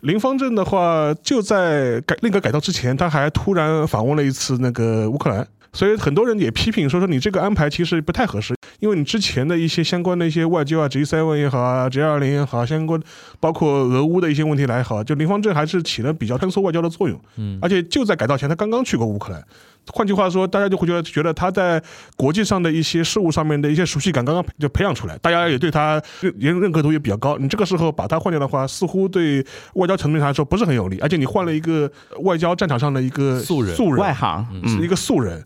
林方正的话，就在改内阁改造之前，他还突然访问了一次那个乌克兰。所以很多人也批评说说你这个安排其实不太合适，因为你之前的一些相关的一些外交啊，G seven 也好啊，G 二零也好啊，相关包括俄乌的一些问题来也好啊，就林方正还是起了比较穿梭外交的作用。嗯而且就在改造前，他刚刚去过乌克兰。换句话说，大家就会觉得觉得他在国际上的一些事务上面的一些熟悉感刚刚就培养出来，大家也对他认认可度也比较高。你这个时候把他换掉的话，似乎对外交层面上来说不是很有利，而且你换了一个外交战场上的一个素人素人外行，是嗯一个素人。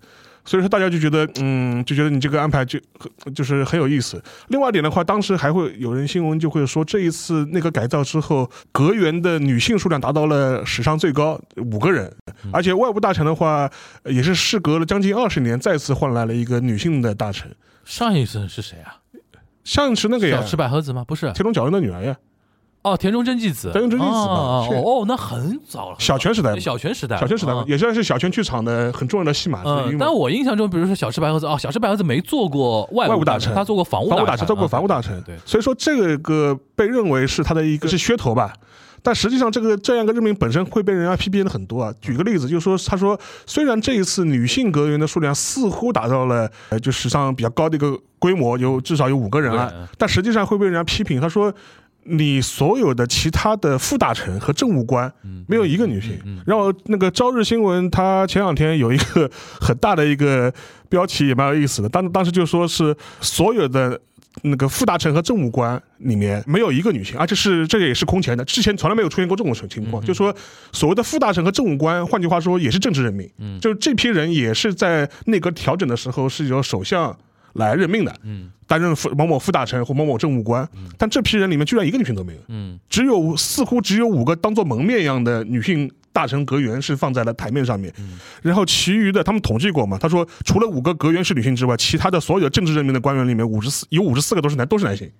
所以说大家就觉得，嗯，就觉得你这个安排就很就是很有意思。另外一点的话，当时还会有人新闻就会说，这一次内阁改造之后，阁员的女性数量达到了史上最高五个人，嗯而且外务大臣的话，呃也是事隔了将近二十年，再次换来了一个女性的大臣，上一次是谁啊？像是那个呀小，池百合子吗？不是，田中角荣的女儿呀，哦，田中真纪子，田中真纪子嘛哦哦是哦，那很早了，小泉时代嘛对小泉时代，小泉时代啊嘛也算是小泉剧场的很重要的戏码之一嘛嗯，但。我印象中，比如说小池百合子，哦，小池百合子没做过外外务大大臣他做过防务法务大啊大臣，做过法务大臣，对对所以说这个被认为是他的一个是噱头吧。但实际上，这个这样一个任命本身会被人家批评的很多啊。举个例子，就是说，他说虽然这一次女性阁员的数量似乎达到了呃就史上比较高的一个规模，有至少有五个人对啊了，但实际上会被人家批评。他说，你所有的其他的副大臣和政务官嗯没有一个女性。然后那个朝日新闻，它前两天有一个 *laughs* 很大的一个标题也蛮有意思的，当当时就说是所有的。那个副大臣和政务官里面没有一个女性，而且是这个也是空前的，之前从来没有出现过这种情况。就说所谓的副大臣和政务官，换句话说也是政治任命，嗯、就是这批人也是在内阁调整的时候是由首相来任命的，嗯、担任副某某副大臣或某某政务官，但这批人里面居然一个女性都没有，嗯，只有似乎只有五个当做蒙面一样的女性大臣阁员是放在了台面上面，然后其余的他们统计过嘛，他说除了五个阁员是女性之外，其他的所有政治任命的官员里面，五十四有五十四个都是男都是男性，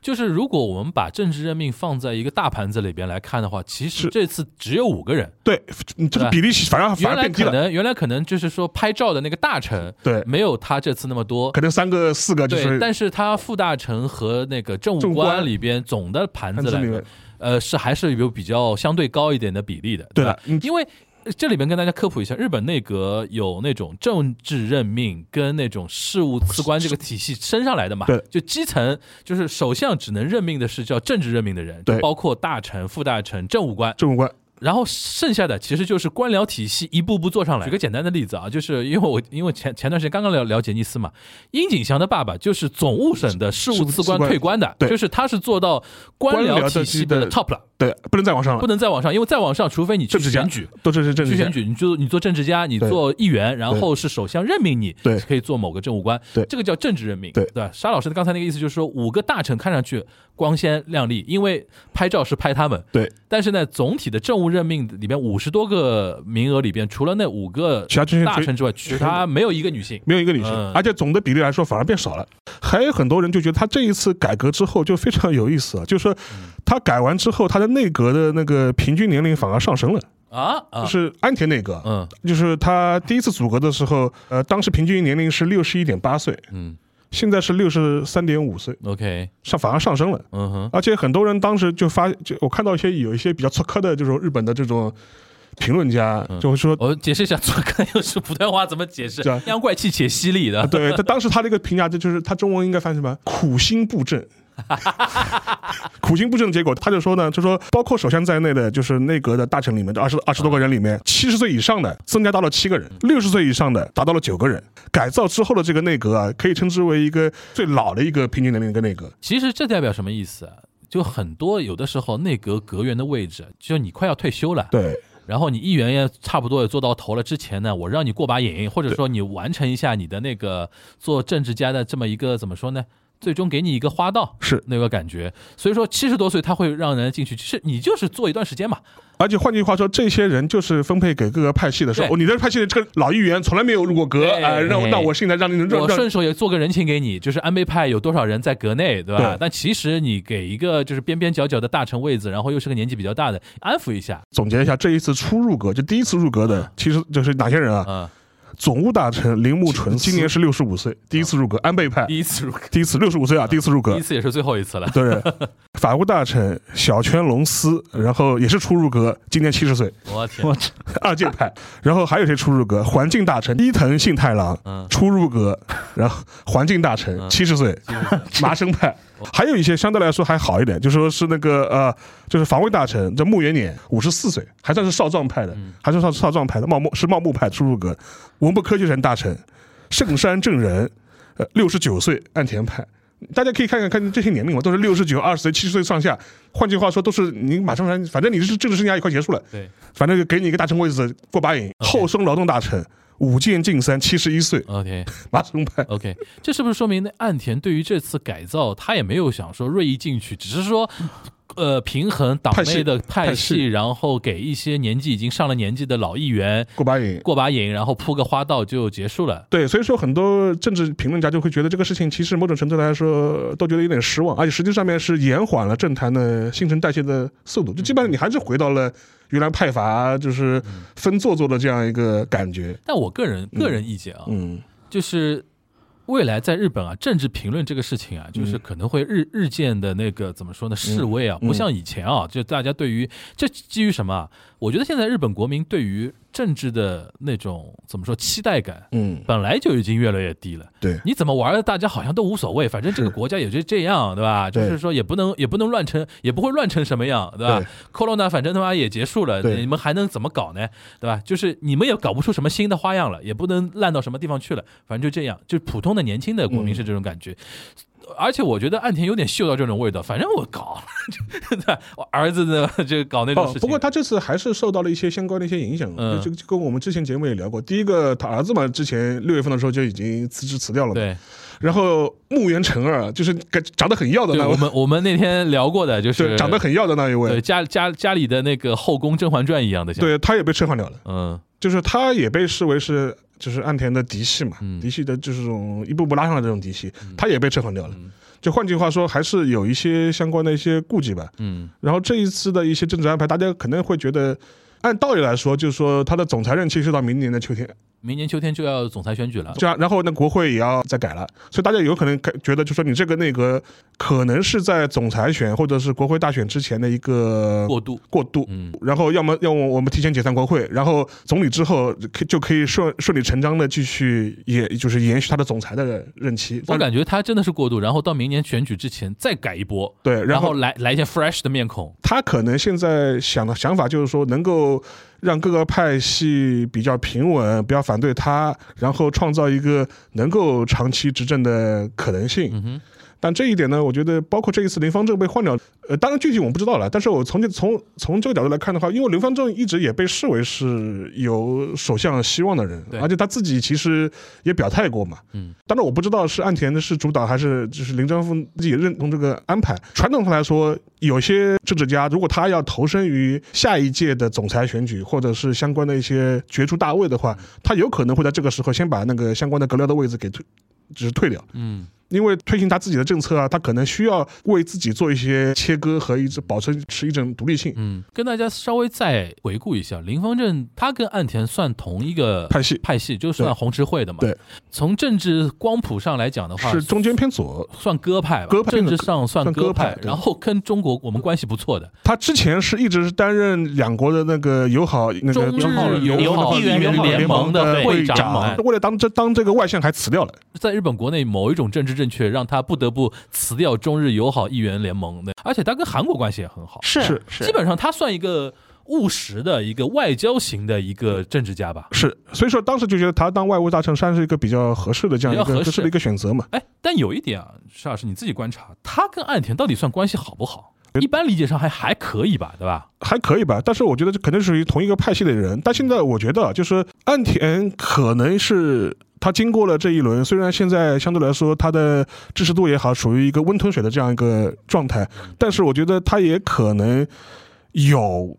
就是如果我们把政治任命放在一个大盘子里边来看的话，其实是这次只有五个人。对，嗯这个比例反而反原而来变低可了，能原来可能就是说拍照的那个大臣，对没有他这次那么多。可能三个四个就对，是但是他副大臣和那个政政务务官官里边总的盘子盘子来里说面，呃，是还是有比较相对高一点的比例的，对吧的？嗯因为呃这里边跟大家科普一下，日本内阁有那种政治任命跟那种事务次官这个体系升上来的嘛，对就基层就是首相只能任命的是叫政治任命的人，对就包括大臣、副大臣、政务官，政务官然后剩下的其实就是官僚体系一步步做上来。举个简单的例子啊，就是因为我因为前前段时间刚刚了了解尼斯嘛，樱井祥的爸爸就是总务省的事务次事务官次官退官的，对就是他是做到官官僚僚体的系基本的 top 了，对不能再往上不了，能再往上，因为再往上，除非你去政治家选举。都这是政去治选家，举，你就你做政治家，你做议员，然后是首相任命你，对可以做某个政务官，对这个叫政治任命，对对吧。沙老师刚才那个意思就是说，五个大臣看上去光鲜亮丽，因为拍照是拍他们，对，但是呢，总体的政务任命里边五十多个名额里边，除了那五个其他这些大臣之外，其他没有一个女性，没有一个女性，嗯而且总的比例来说反而变少了。还有很多人就觉得他这一次改革之后就非常有意思啊，就是说嗯他改完之后，他的内阁的那个平均年龄反而上升了，啊啊，就是安田内阁，嗯就是他第一次组阁的时候，呃，当时平均年龄是六十一点八岁，嗯现在是六十三点五岁， ，OK，上反而上升了。嗯哼，而且很多人当时就发，就我看到一些有一些比较出科的这种日本的这种评论家，嗯就会说，我解释一下，左哥又是普通话怎么解释这样， *laughs* 阴阳怪气且犀利的，对他当时他这个评价就就是他中文应该翻译什么“苦心布政”， *laughs* 苦心不争的结果，他就说呢，就说包括首相在内的，就是内阁的大臣里面，这二十二十多个人里面，七十岁以上的增加到了七个人，六十岁以上的达到了九个人。改造之后的这个内阁啊，可以称之为一个最老的一个平均年龄的一个内阁。其实这代表什么意思啊？就很多有的时候内阁阁员的位置，就你快要退休了，对，然后你议员也差不多也做到头了之前呢，我让你过把瘾，或者说你完成一下你的那个做政治家的这么一个怎么说呢？最终给你一个花道是那个感觉，所以说七十多岁他会让人进去，是你就是做一段时间嘛，而且换句话说，这些人就是分配给各个派系的，说对哦，你这派系的这个老议员从来没有入过阁，对啊，让我哎那我现在让你能让我顺让。手也做个人情给你，就是安倍派有多少人在阁内，对吧对？但其实你给一个就是边边角角的大臣位子，然后又是个年纪比较大的，安抚一下，总结一下，这一次初入阁，就第一次入阁的，其实就是哪些人啊？嗯，总务大臣铃木纯今年是六十五岁，第一次入阁，安倍派第一次入阁，第一次六十五岁啊，第一次入第阁一。次也是最后一次了，对，法务大臣小泉龙司，然后也是初入阁，今年七十岁，我天，我操，二届派。然后还有谁初入阁？环境大臣伊藤信太郎嗯，初入阁，然后环境大臣嗯七十岁，麻生派。还有一些相对来说还好一点，就说是那个呃，就是防卫大臣这木原勉五十四岁，还算是少壮派的，还算少少壮派的茂木是茂木派初入阁，文部科学省大臣圣山正人，呃六十九岁岸田派。大家可以看看看这些年龄嘛，都是六十九、二十岁、七十岁上下。换句话说，都是你马上反正你是政治生涯也快结束了，对，反正就给你一个大臣位置过把瘾。厚生劳动大臣武见进三七十一岁，我天。麻生派。 OK，这是不是说明那岸田对于这次改造，他也没有想说锐意进取，只是说，呃，平衡党派系内的派派系系，然后给一些年纪已经上了年纪的老议员过把瘾，过把瘾，然后铺个花道就结束了。对，所以说很多政治评论家就会觉得这个事情其实某种程度来说都觉得有点失望，而且实际上面是延缓了政坛的新陈代谢的速嗯度，就基本上你还是回到了原来派阀就是分做做的这样一个感觉。但我个人个人意见啊，嗯，就是未来在日本啊，政治评论这个事情啊，就是可能会日日渐的那个怎么说呢，示威啊，嗯不像以前啊，就大家对于这基于什么啊？我觉得现在日本国民对于政治的那种怎么说期待感，嗯，本来就已经越来越低了。对你怎么玩儿，大家好像都无所谓，反正这个是国家也就这样，对吧？就对是说也不能也不能乱成，也不会乱成什么样，对吧对？Corona 反正他妈也结束了，对你们还能怎么搞呢？对吧？就是你们也搞不出什么新的花样了，也不能烂到什么地方去了，反正就这样。就普通的年轻的国嗯民是这种感觉。而且我觉得岸田有点嗅到这种味道，反正我 *laughs* 搞，对吧我儿子呢 *laughs* 就搞那种哦事情。，不过他这次还是受到了一些相关的一些影响，嗯就就就跟我们之前节目也聊过，第一个他儿子嘛，之前六月份的时候就已经辞职辞掉了嘛，对，然后木原成二啊就是跟长得很要的对那我位，们我们那天聊过的，就是对，长得很要的那一对位，家家家里的那个后宫《甄嬛传》一样的，像，对，他也被撤换掉了。嗯，就是他也被视为是就是岸田的嫡系嘛，嗯嫡系的就是这种一步步拉上来的这种嫡系，他也被撤换掉嗯了。就换句话说，还是有一些相关的一些顾忌吧。嗯，然后这一次的一些政治安排，大家可能会觉得，按道理来说，就是说他的总裁任期是到明年的秋天，明年秋天就要总裁选举了。这啊样，然后那国会也要再改了，所以大家有可能感觉得，就说你这个内阁可能是在总裁选或者是国会大选之前的一个过渡，过渡，嗯然后要么要么我们提前解散国会，然后总理之后可就可以顺顺理成章的继续，也就是延续他的总裁的任期。我但感觉他真的是过渡，然后到明年选举之前再改一波，对，然然后后来来一些 fresh 的面孔，他可能现在想的想法就是说，能够让各个派系比较平稳，不要反对他，然后创造一个能够长期执政的可能性。嗯哼，但这一点呢，我觉得包括这一次林方正被换掉，呃，当然具体我们不知道了。但是我从这从从这个角度来看的话，因为林方正一直也被视为是有首相希望的人对，而且他自己其实也表态过嘛。嗯，当然我不知道是岸田的是主导还是就是林正富自己认同这个安排。传统上来说，有些政治家如果他要投身于下一届的总裁选举或者是相关的一些角逐大位的嗯话，他有可能会在这个时候先把那个相关的阁僚的位置给退，只是退掉。嗯，因为推行他自己的政策啊，他可能需要为自己做一些切割和一直保持持一种独立性。嗯，跟大家稍微再回顾一下，林方正他跟岸田算同一个派系派系，就算对红十会的嘛。对，从政治光谱上来讲的话，是中间偏左，算鸽派吧，鸽派政治上算算鸽派，派对然后跟中国我们关系不错的，他之前是一直是担任两国的那个友好那个中日友友好好议员联联盟盟的的会会长啊长，为了当这当这个外相还辞掉了。在日本国内某一种政治治正确，让他不得不辞掉中日友好议员联盟的。而且他跟韩国关系也很好，是基本上他算一个务实的一个外交型的一个政治家吧。是，所以说当时就觉得他当外务大臣算是一个比较合适的这样一比较个合适合适的一个选择嘛。哎，但有一点啊，石老师你自己观察，他跟岸田到底算关系好不好？一般理解上还还可以吧，对吧？还可以吧，但是我觉得这肯定属于同一个派系的人。但现在我觉得，啊就是岸田可能是他经过了这一轮，虽然现在相对来说他的支持度也好，属于一个温吞水的这样一个状态，但是我觉得他也可能有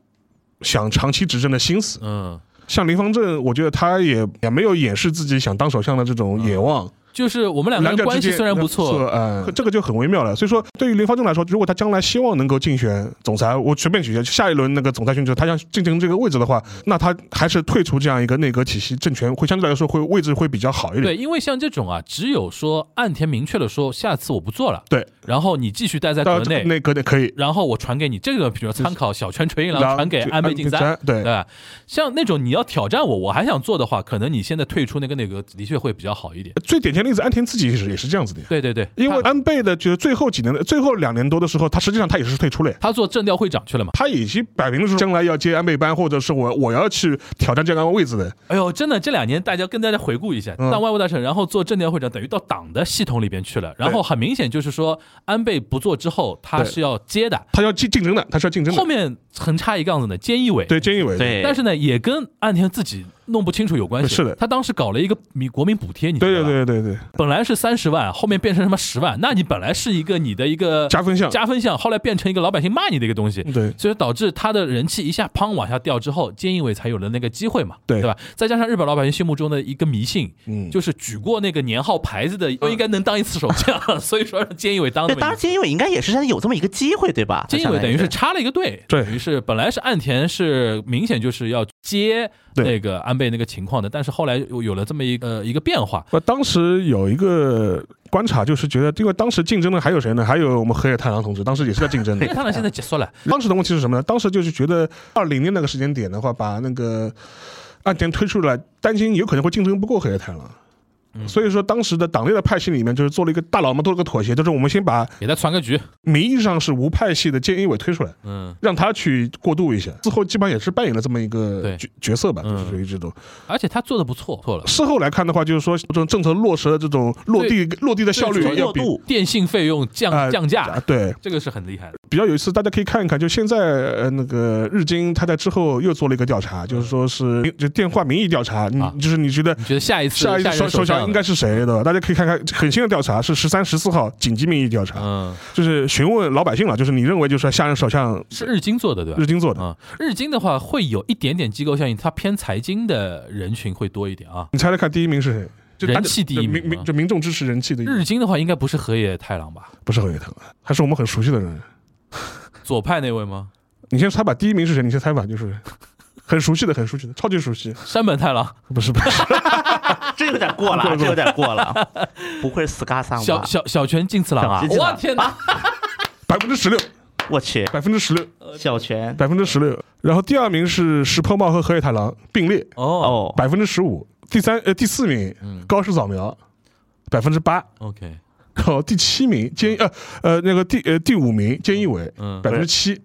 想长期执政的心思。嗯，像林方正，我觉得他也也没有掩饰自己想当首相的这种野望。就是我们嗯两个人者关之系间虽然不错，嗯呃，这个就很微妙了。所以说，对于林方正来说，如果他将来希望能够竞选总裁，我随便举一个，下一轮那个总裁选举，他想竞争这个位置的话，那他还是退出这样一个内阁体系，政权会相对来说会位置会比较好一点。对，因为像这种啊，只有说岸田明确的说下次我不做了，对，然后你继续待在到国内，内阁内可以，然后我传给你这个，比如参考小泉纯一郎然后传给就安倍安晋倍三晋，三对吧？像那种你要挑战我，我还想做的话，可能你现在退出那个内阁的确会比较好一点。最典型的例子，安田自己也是也是这样子的呀。对对对，因为他安倍的就是最后几年的最后两年多的时候，他实际上他也是退出了呀。他做政调会长去了嘛。他已经摆明了说将来要接安倍班，或者是我我要去挑战这个位置的。哎呦，真的这两年大家跟大家回顾一下，嗯当外务大臣，然后做政调会长，等于到党的系统里边去了。然后很明显就是说，安倍不做之后，他对是要接的。他要竞竞争的，他是要竞争的后。面横插一杠子呢，菅义伟。对，菅义伟，对，但是呢，也跟岸田自己弄不清楚有关系。是的他当时搞了一个民国民补贴，你知道对吧对对对对，本来是三十万，后面变成什么十万，那你本来是一个你的一个加分项加分项，后来变成一个老百姓骂你的一个东西，对所以导致他的人气一下砰往下掉之后，菅义伟才有了那个机会嘛，对吧？再加上日本老百姓心目中的一个迷信，嗯就是举过那个年号牌子的都应该能当一次 *laughs* 首相，所以说让菅义伟当那哎么一对，当然菅义伟应该也是有这么一个机会，对吧？菅义伟等于是插了一个队，对等于是本来是岸田是明显就是要接对那个安倍那个情况的，但是后来有有了这么一个、呃一个变化，我当时有一个观察，就是觉得，因为当时竞争的还有谁呢？还有我们河野太郎同志，当时也是在竞争因的为。他俩现在结束了，当时的问题是什么呢？当时就是觉得二零年那个时间点的话，把那个岸田推出来，担心有可能会竞争不过河野太郎。所以说，当时的党内的派系里面，就是做了一个大佬们做了个妥协，就是我们先把给他传个局，名义上是无派系的菅义伟推出来，嗯。让他去过渡一下。之后基本上也是扮演了这么一对个角角色吧，就嗯是属于这种。而且他做的不错，错了。事后来看的话，就是说这种政策落实的这种落地落地的效率对要落比 *laughs* 度，电信费用降、呃降价，啊，对，这个是很厉害的。比较有意思，大家可以看一看，就现在呃那个日经，他在之后又做了一个调查，就是说是就电话民意调查，你嗯啊就是你觉得你觉得下一次下一任首首首相应该是谁对吧？大家可以看看很新的调查，是十三、十四号紧急民意调查，嗯就是询问老百姓了，就是你认为就是下任首相是日经做的对吧？日经做的，啊、日经的话会有一点点机构效应，它偏财经的人群会多一点啊。你猜猜看第一名是谁？就大家人气第一就名嗯民吗民就民众支持人气的一日经的话应该不是河野太郎吧？不是何远腾，还是我们很熟悉的人。左派那位吗？你先猜吧，第一名是谁？你先猜吧， *laughs* 就是很熟悉的，很熟悉的，超级熟悉。山本太郎，不是不是，这有点过了，这有点过了， *laughs* 不愧是斯嘎桑小吧？小小泉进次郎啊！小泉进次哇郎天哪！百分之十六，我去，百分之十六，呃小泉百分之十六。然后第二名是石破茂和河野太郎并列，哦嗯哦，百分之十五。第三呃第四名高市早苗，百分之八。 ，OK，然后第七名菅义呃呃那个第呃第五名菅义伟嗯百分之七，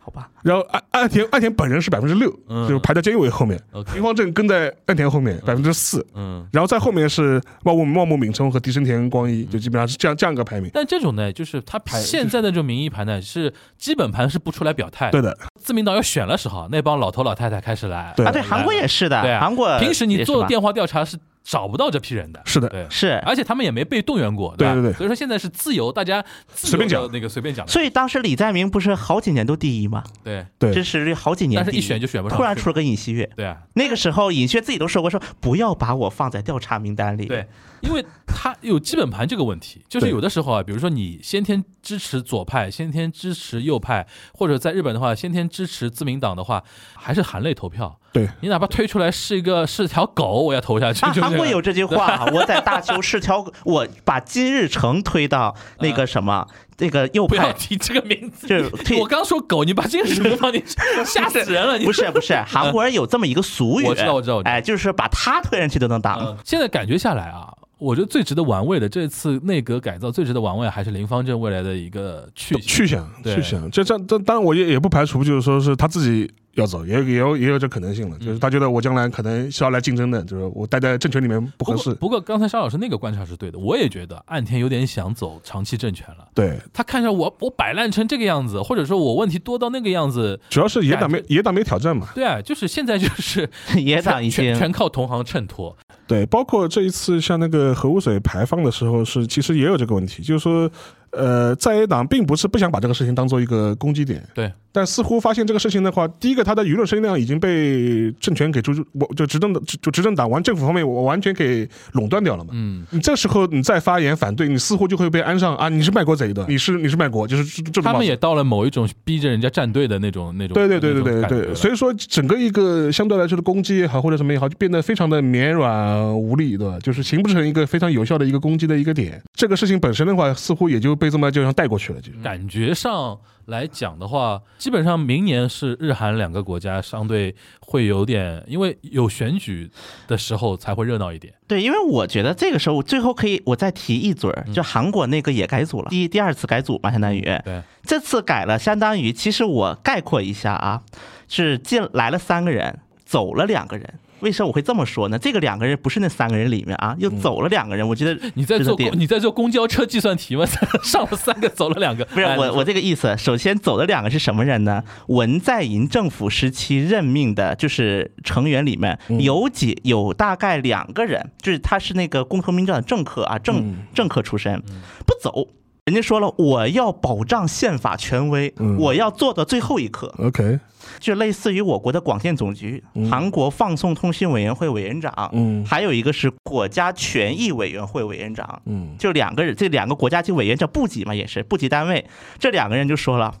好吧，然后岸岸田岸田本人是百分之六，嗯就是排在菅义伟后面 OK。林方正跟在岸田后面百分之四，嗯。然后再后面是茂木茂木敏充和迪生田光一，就基本上是这样这样一个排名。但这种呢，就是他排现在的这种民意盘呢，是基本盘是不出来表态。对，的，自民党要选了时候，那帮老头老太太开始来对啊，对，韩国也是的，对啊，韩国平时你也是做吧电话调啊查是找不到这批人的，是的。对，是，而且他们也没被动员过，吧对对对所以说现在是自由，大家自由随便讲的那个随便讲的，所以当时李在明不是好几年都第一吗？对，对支持率好几年但第是一，一选就选不上去，突然出了个尹锡悦，对啊，那个时候尹锡悦自己都说过，说不要把我放在调查名单里。对，因为他有基本盘这个问题，就是对有的时候啊，比如说你先天支持左派，先天支持右派，或者在日本的话，先天支持自民党的话，还是含泪投票。对，你哪怕推出来是一个是条狗，我要投下去。啊，就是韩国有这句话，我在大邱是条，我把金日成推到那个什么，那个嗯右不要派，提这个名字。 *laughs* 就是推我刚说狗，你把这个什么放进 *laughs* 去，吓死人了！你不是不是，韩国人有这么一个俗语，我知道我知道我知道哎，就是把他推上去都能当。呃现在感觉下来啊，我觉得最值得玩味的这次内阁改造最值得玩味还是林方正未来的一个去去向对去向，这这这当然我也也不排除，就是说是他自己要走，也有也有也有这可能嗯性了，就是他觉得我将来可能是要来竞争的，就是我待在政权里面不不合过适，不过刚才沙老师那个观察是对的，我也觉得岸田有点想走长期政权了。对，他看上我，我摆烂成这个样子，或者说我问题多到那个样子，主要是野党没感野党没挑战嘛，对啊，就是现 *laughs* 在就是野党已嗯全经全靠同行衬托，对，包括这一次像那个核污水排放的时候是，其实也有这个问题，就是说，呃，在野党并不是不想把这个事情当做一个攻击点，对，但似乎发现这个事情的话，第一个，他的舆论声量已经被政权给注，我就执政的就执政党完政府方面，我完全给垄断掉了嘛。嗯，你这时候你再发言反对，你似乎就会被安上啊，你是卖国贼的，你是你是卖国，就是这这种他帽们子也到了某一种逼着人家站队的那种那种，对对对对对那种感对觉了所以说整个一个相对来说的攻击也好，或者什么也好，就变得非常的绵软无力，对吧？就是形不成一个非常有效的一个攻击的一个点。这个事情本身的话，似乎也就被这么就像带过去了，就。感觉上来讲的话，基本上明年是日韩两个国家相对会有点，因为有选举的时候才会热闹一点。对，因为我觉得这个时候最后可以我再提一嘴儿，嗯就韩国那个也改组了，第一第二次改组嘛，相当于对，这次改了，相当于其实我概括一下啊，是进来了三个人，走了两个人。为什么我会这么说呢？这个两个人不是那三个人里面啊，又走了两个人，我觉得嗯你在值得做点公你在做公交车计算题吗？ *laughs* 上了三个，走了两个，不是哎我我这个意思。首先走的两个是什么人呢？文在寅政府时期任命的，就是成员里面有几有大概两个人，就是他是那个共同民主党政客啊，政政客出身，不走。人家说了，我要保障宪法权威，我要做到最后一刻， OK，就类似于我国的广电总局、韩国放送通信委员会委员长，嗯还有一个是国家权益委员会委员长，嗯，就两个人，这两个国家级委员叫部级嘛，也是部级单位。这两个人就说了。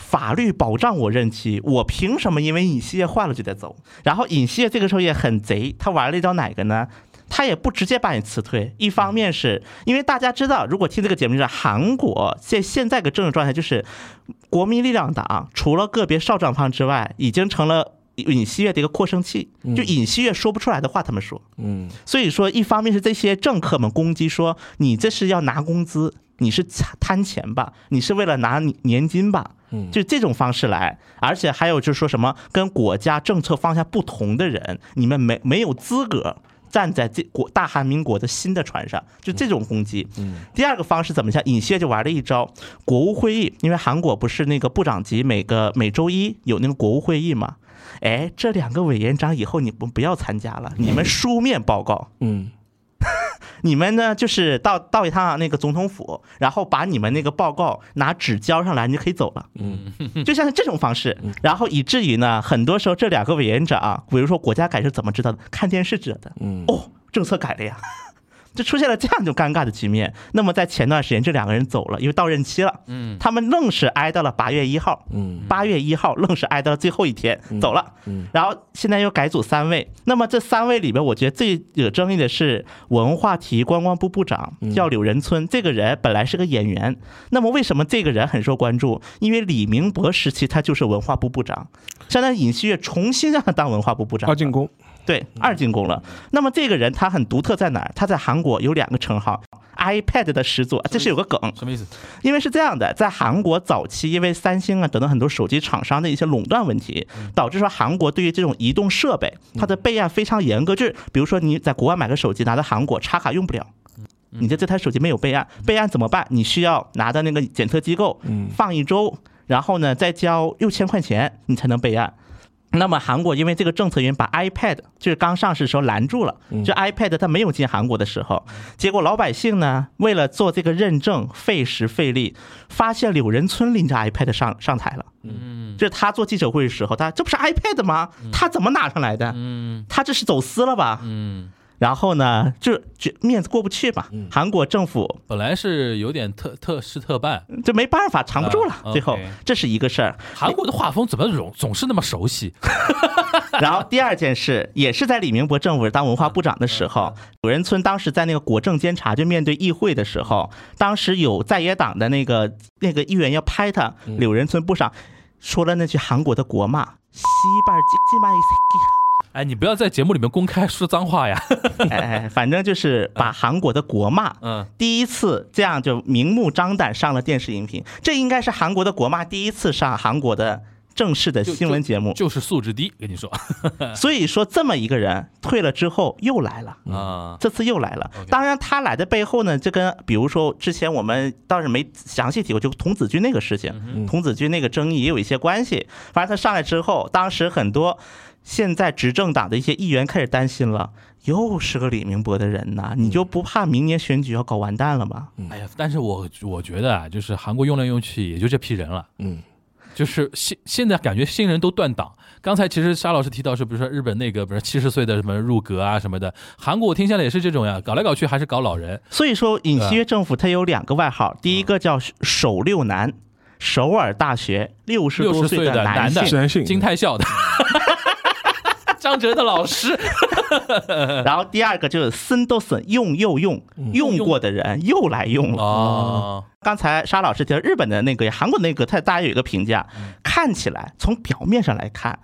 法律保障我任期，我凭什么因为尹锡悦换了就得走？然后尹锡悦这个时候也很贼，他玩了一招哪个呢？他也不直接把你辞退，一方面是因为大家知道，如果听这个节目就是韩国现现在个政治状态就是国民力量党除了个别少壮派之外，已经成了尹锡悦的一个扩声器。就尹锡悦说不出来的话，他们说。嗯，所以说，一方面是这些政客们攻击说你这是要拿工资，你是贪贪钱吧，你是为了拿你年金吧。就这种方式来，而且还有就是说什么跟国家政策方向不同的人，你们没没有资格站在这国大韩民国的新的船上，就这种攻击。第二个方式怎么像尹锡悦就玩了一招，国务会议，因为韩国不是那个部长级每个每周一有那个国务会议嘛。哎，这两个委员长以后你们不要参加了，你们书面报告。嗯，你们呢，就是到到一趟那个总统府，然后把你们那个报告拿纸交上来，你就可以走了。嗯，就像是这种方式，然后以至于呢，很多时候这两个委员长，啊比如说国家改是怎么知道的？看电视知道的。嗯，哦，政策改了呀。 *laughs* 就出现了这样一种尴尬的局面。那么在前段时间，这两个人走了，因为到任期了。嗯，他们愣是挨到了八月一号。嗯，八月一号愣是挨到了最后一天、走了。嗯，然后现在又改组三位。那么这三位里边，我觉得最惹争议的是文化体育观光部部长叫柳仁村，这个人本来是个演员。那么为什么这个人很受关注？因为李明博时期他就是文化部部长，相当于尹锡悦重新让他当文化部啊部长二。进宫，对，二进宫了。那么这个人他很独特在哪儿？他在韩国有两个称号，iPad 的始祖，啊这是有个梗，什么意思？因为是这样的，在韩国早期，因为三星啊等等很多手机厂商的一些垄断问题，导致说韩国对于这种移动设备，它的备案非常严格，就是比如说你在国外买个手机拿到韩国插卡用不了。你的这台手机没有备案，备案怎么办？你需要拿到那个检测机构放一周，然后呢再交六千块钱，你才能备案。那么韩国因为这个政策原因，把 iPad 就是刚上市的时候拦住了，就 iPad 它没有进韩国的时候，结果老百姓呢为了做这个认证费时费力，发现柳仁村拎着 iPad 上上台了。嗯，就是他做记者会的时候，他这不是 iPad 吗？他怎么拿上来的？嗯，他这是走私了吧？嗯。然后呢，就就面子过不去嘛，韩国政府本来是有点特特事特办，就没办法，藏不住了啊。最后 OK 这是一个事儿，韩国的画风怎么总总是那么熟悉？ *laughs* 然后第二件事，也是在李明博政府当文化部长的时候，嗯柳仁村当时在那个国政监察，就面对议会的时候，当时有在野党的那个那个议员要拍他，嗯柳仁村部长说了那句韩国的国骂“西半鸡鸡巴一哎，你不要在节目里面公开说脏话呀。 *laughs* 哎哎，反正就是把韩国的国骂，嗯，第一次这样就明目张胆上了电视荧屏，这应该是韩国的国骂第一次上韩国的正式的就新闻节目。就是呃素质低，跟你说所以说，这么一个人退了之后又来了。啊，这次又来了 OK，当然他来的背后呢，这跟比如说之前我们倒是没详细提过，就童子军那个事情，童子军那个争议也有一些关系。反正他上来之后，当时很多现在执政党的一些议员开始担心了，又是个李明博的人呐，你就不怕明年选举要搞完蛋了吗？哎呀，但是我我觉得啊，就是韩国用来用去也就这批人了，嗯，就是现现在感觉新人都断档。刚才其实沙老师提到是，比如说日本那个，比如七十岁的什么入阁啊什么的，韩国我听下来也是这种呀，搞来搞去还是搞老人。所以说，尹锡悦政府他有两个外号，第一个叫首六男，首尔大学六十多60岁岁的男男的性。自然性金泰 *laughs* 孝的，张哲的老师， *laughs* 然后第二个就是森斗森用又用用过的人又来用了。嗯哦，刚才沙老师提到日本的那个、韩国的那个，他大家有一个评价，嗯看起来从表面上来看，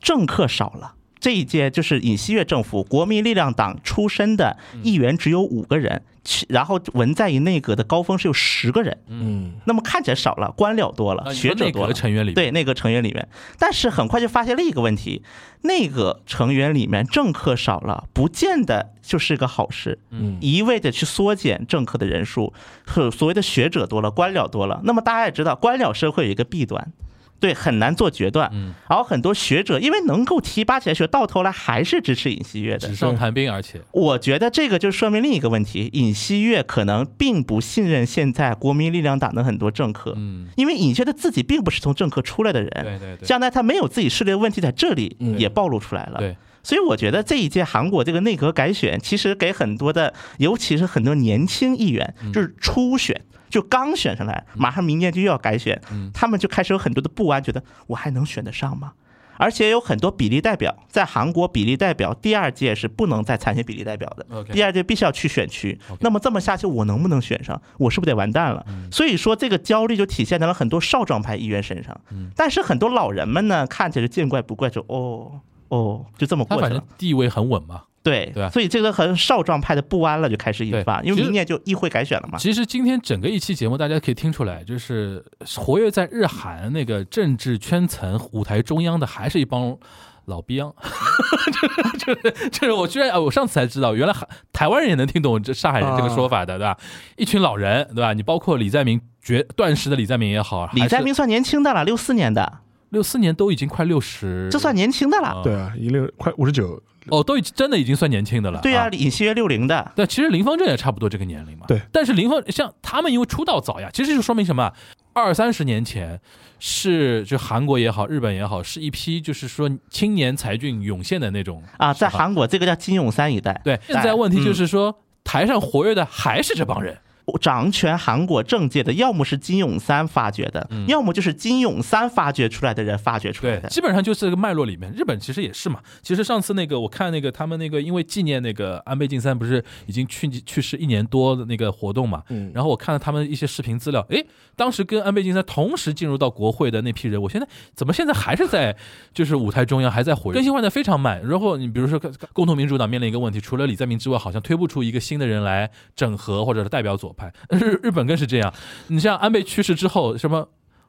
政客少了。这一届就是尹锡悦政府，国民力量党出身的议员只有五个人，其然后文在寅内阁的高峰是有十个人，嗯，那么看起来少了，官僚多啊了，你学说者内多阁了，的成员里面对内阁成员里面，但是很快就发现了一个问题，内阁成员里面政客少了，不见得就是个好事。嗯一味的去缩减政客的人数，所所谓的学者多了，官僚多了。那么大家也知道，官僚社会有一个弊端。对，很难做决断。嗯，然后很多学者因为能够提拔起来学，到头来还是支持尹锡悦的纸。上谈兵，而且我觉得这个就说明另一个问题，尹锡悦可能并不信任现在国民力量党的很多政客，嗯，因为尹锡悦他自己并不是从政客出来的人，对对对，将来他没有自己势力的问题在这里也暴露出来了。对，所以我觉得这一届韩国这个内阁改选，其实给很多的，尤其是很多年轻议员，嗯就是初选。就刚选上来，马上明年就又要改选，嗯他们就开始有很多的不安，觉得我还能选得上吗？而且有很多比例代表，在韩国比例代表第二届是不能再参选比例代表的， OK 第二届必须要去选区 OK。嗯那么这么下去，我能不能选上？我是不是得完蛋了？所以说这个焦虑就体现在了很多少壮派议员身上。但是很多老人们呢，看起来就见怪不怪，就哦哦，就这么他过反去正了。地位很稳嘛。对对吧啊所以这个很少壮派的不安了就开始引发，对因为其实明年就议会改选了嘛。其实今天整个一期节目，大家可以听出来，就是活跃在日韩那个政治圈层舞台中央的，还是一帮老逼样。 *laughs* 就是就是，我居然啊，我上次才知道，原来韩台湾人也能听懂这上海人这个说法的，对吧？一群老人，对吧？你包括李在明，绝断食的李在明也好，李在明算年轻的了，六四年的，六四年都已经快六十，这算年轻的啊了。对啊，一六快五十九，哦，都已经真的已经算年轻的了。对啊呀、，尹锡悦六零的，对，其实林方正也差不多这个年龄嘛。对，但是林方像他们因为出道早呀，其实就说明什么？啊二三十年前是就韩国也好，日本也好，是一批就是说青年才俊涌现的那种啊，在是吧韩国这个叫金泳三一代。对。现在问题就嗯是说，台上活跃的还是这帮人，掌权韩国政界的，要么是金泳三发掘的，嗯要么就是金泳三发掘出来的人发掘出来对，的。基本上就是这个脉络里面。日本其实也是嘛。其实上次那个我看那个他们那个因为纪念那个安倍晋三不是已经去去世一年多的那个活动嘛，嗯然后我看了他们一些视频资料，诶，当时跟安倍晋三同时进入到国会的那批人，我现在怎么现在还是在就是舞台中央还在活跃，更新换代非常慢。然后你比如说共同民主党面临一个问题，除了李在明之外，好像推不出一个新的人来整合或者是代表左派。日日本更是这样，你像安倍去世之后什么。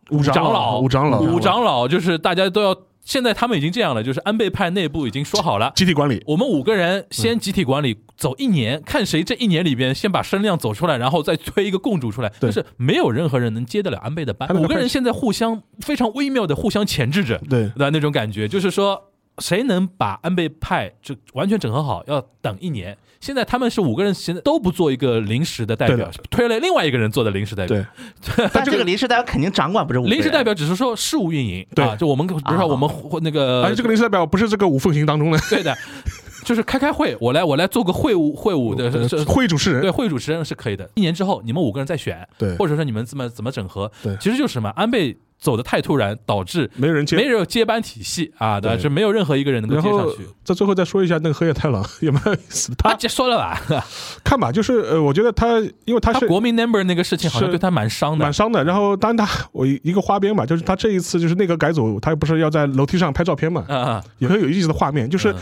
武长老武武长老武长老就是大家都要，现在他们已经这样了，就是安倍派内部已经说好了，集体管理，我们五个人嗯先集体管理，走一年，看谁这一年里边先把声量走出来，然后再推一个共主出来，对就是没有任何人能接得了安倍的班他。们五的个人派现在互相非常微妙的互相钳制着，对，的那种感觉，就是说谁能把安倍派这完全整合好，要等一年。现在他们是五个人，现在都不做一个临时的代对表的，推了另外一个人做的临时代表对。但这个临时代表肯定掌管不是五个人临时代表只是说事务运营，嗯啊对啊，就我们比如说我们或那个，而且这个临时代表不是这个五凤行当中的，对的，就是开开会，我来我来做个会务会务的呃是会主持人对，会主持人是可以的。一年之后，你们五个人再选，对或者说你们怎么怎么整合，对其实就是什么，安倍走的太突然，导致没人接没有接班体系啊，对吧，对是没有任何一个人能然够接上后去。在最后再说一下那个河野太郎 *laughs* 有没有意思？他他结说了 *laughs* 吧，看吧，就是呃，我觉得他因为他他是国民 number 那个事情好像是对他蛮伤的蛮，伤的，然后当然他我一一个花边吧，就是他这一次就是内阁改组，他不是要在楼梯上拍照片嘛，啊啊，有很有意思的画面，就是嗯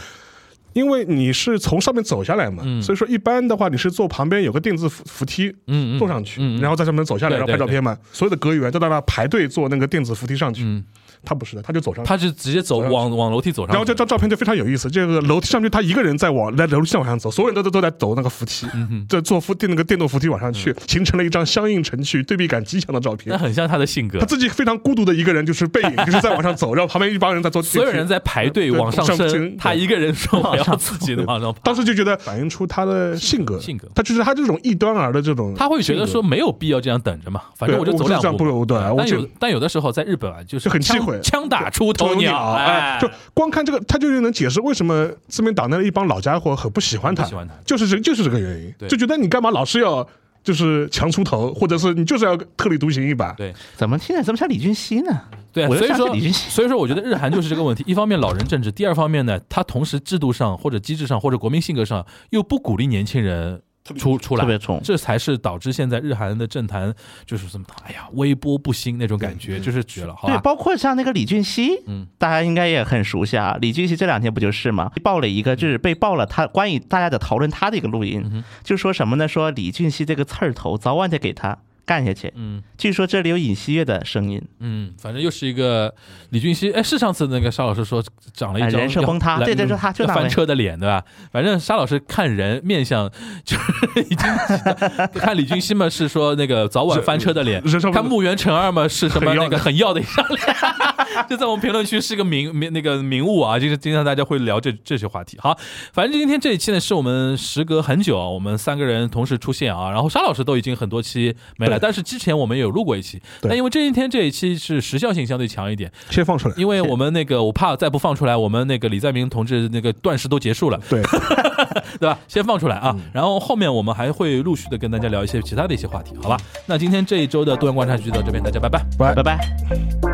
因为你是从上面走下来嘛，嗯所以说一般的话你是坐旁边有个电子扶扶梯。嗯嗯，坐上去，嗯嗯然后在上面走下来，对然后拍照片嘛。所有的阁员都在那排队坐那个电子扶梯上去，嗯他不是的，他就走上去。他是直接走走上去往往楼梯走上去，然后这张照片就非常有意思，这个楼梯上去，他一个人在往在楼梯上往上走，所有人都都都在走那个扶梯，嗯在坐扶电那个电动扶梯往上去，形成了一张相应程序对比感极强的照那片。很像他的性格他，自己非常孤独的一个人，就是 *laughs* 背影，就是在往上走，然后旁边一帮人在做。所有人在排队往上对升，他一个人说我要自己往上爬，当时就觉得反映出他的性格，性格他就是他这种异端儿的这种， *laughs* 他会觉得说没有必要这样等着嘛，反正对就走两这样不步。如对，我但就有但有的时候在日本啊，就是就很忌枪讳枪打出头鸟，哎哎，，就光看这个，他就是能解释为什么自民党那一帮老家伙很不喜欢他，很不喜欢他就是这就是这个原因，对就觉得你干嘛老是要就是强出头，或者是你就是要特立独行一把，对怎么听着怎么像李俊熙呢？对，我所以就想起说李俊熙。所以说我觉得日韩就是这个问题，一方面老人政治，第二方面呢，他同时制度上或者机制上或者国民性格上又不鼓励年轻人出出来，特别冲这才是导致现在日韩的政坛就是什么，哎呀，微波不兴那种感觉，就是绝了，好对，吧？包括像那个李俊熙，嗯，大家应该也很熟悉啊。李俊熙这两天不就是吗？爆了一个，就是被爆了他关于大家在讨论他的一个录嗯音，就说什么呢？说李俊熙这个刺儿头早晚得给他干下去。嗯据说这里有尹锡悦的声音，嗯，反正又是一个李俊熙，哎，是上次那个沙老师说长了一哎张人设要崩塌来对对对他就要那翻位车的脸，对吧？反正沙老师看人面相就是 *laughs* 已经看李俊熙嘛是说那个早晚翻车的脸，人设崩看木原成二嘛是什么很要那个很要的一张脸， *laughs* 就在我们评论区是个名名那个名物啊，就是经常大家会聊这这些话题。好，反正今天这一期呢是我们时隔很久啊，我们三个人同时出现啊，然后沙老师都已经很多期没来，对但是之前我们也有录过一期，对但因为这一天这一期是时效性相对强一点，先放出来，因为我们那个我怕再不放出来，我们那个李在明同志那个断食都结束了， *laughs* 对， *laughs* 嗯对吧？先放出来啊，然后后面我们还会陆续的跟大家聊一些其他的一些话题，好吧？那今天这一周的多元观察局就到这边，大家拜拜。拜拜拜。拜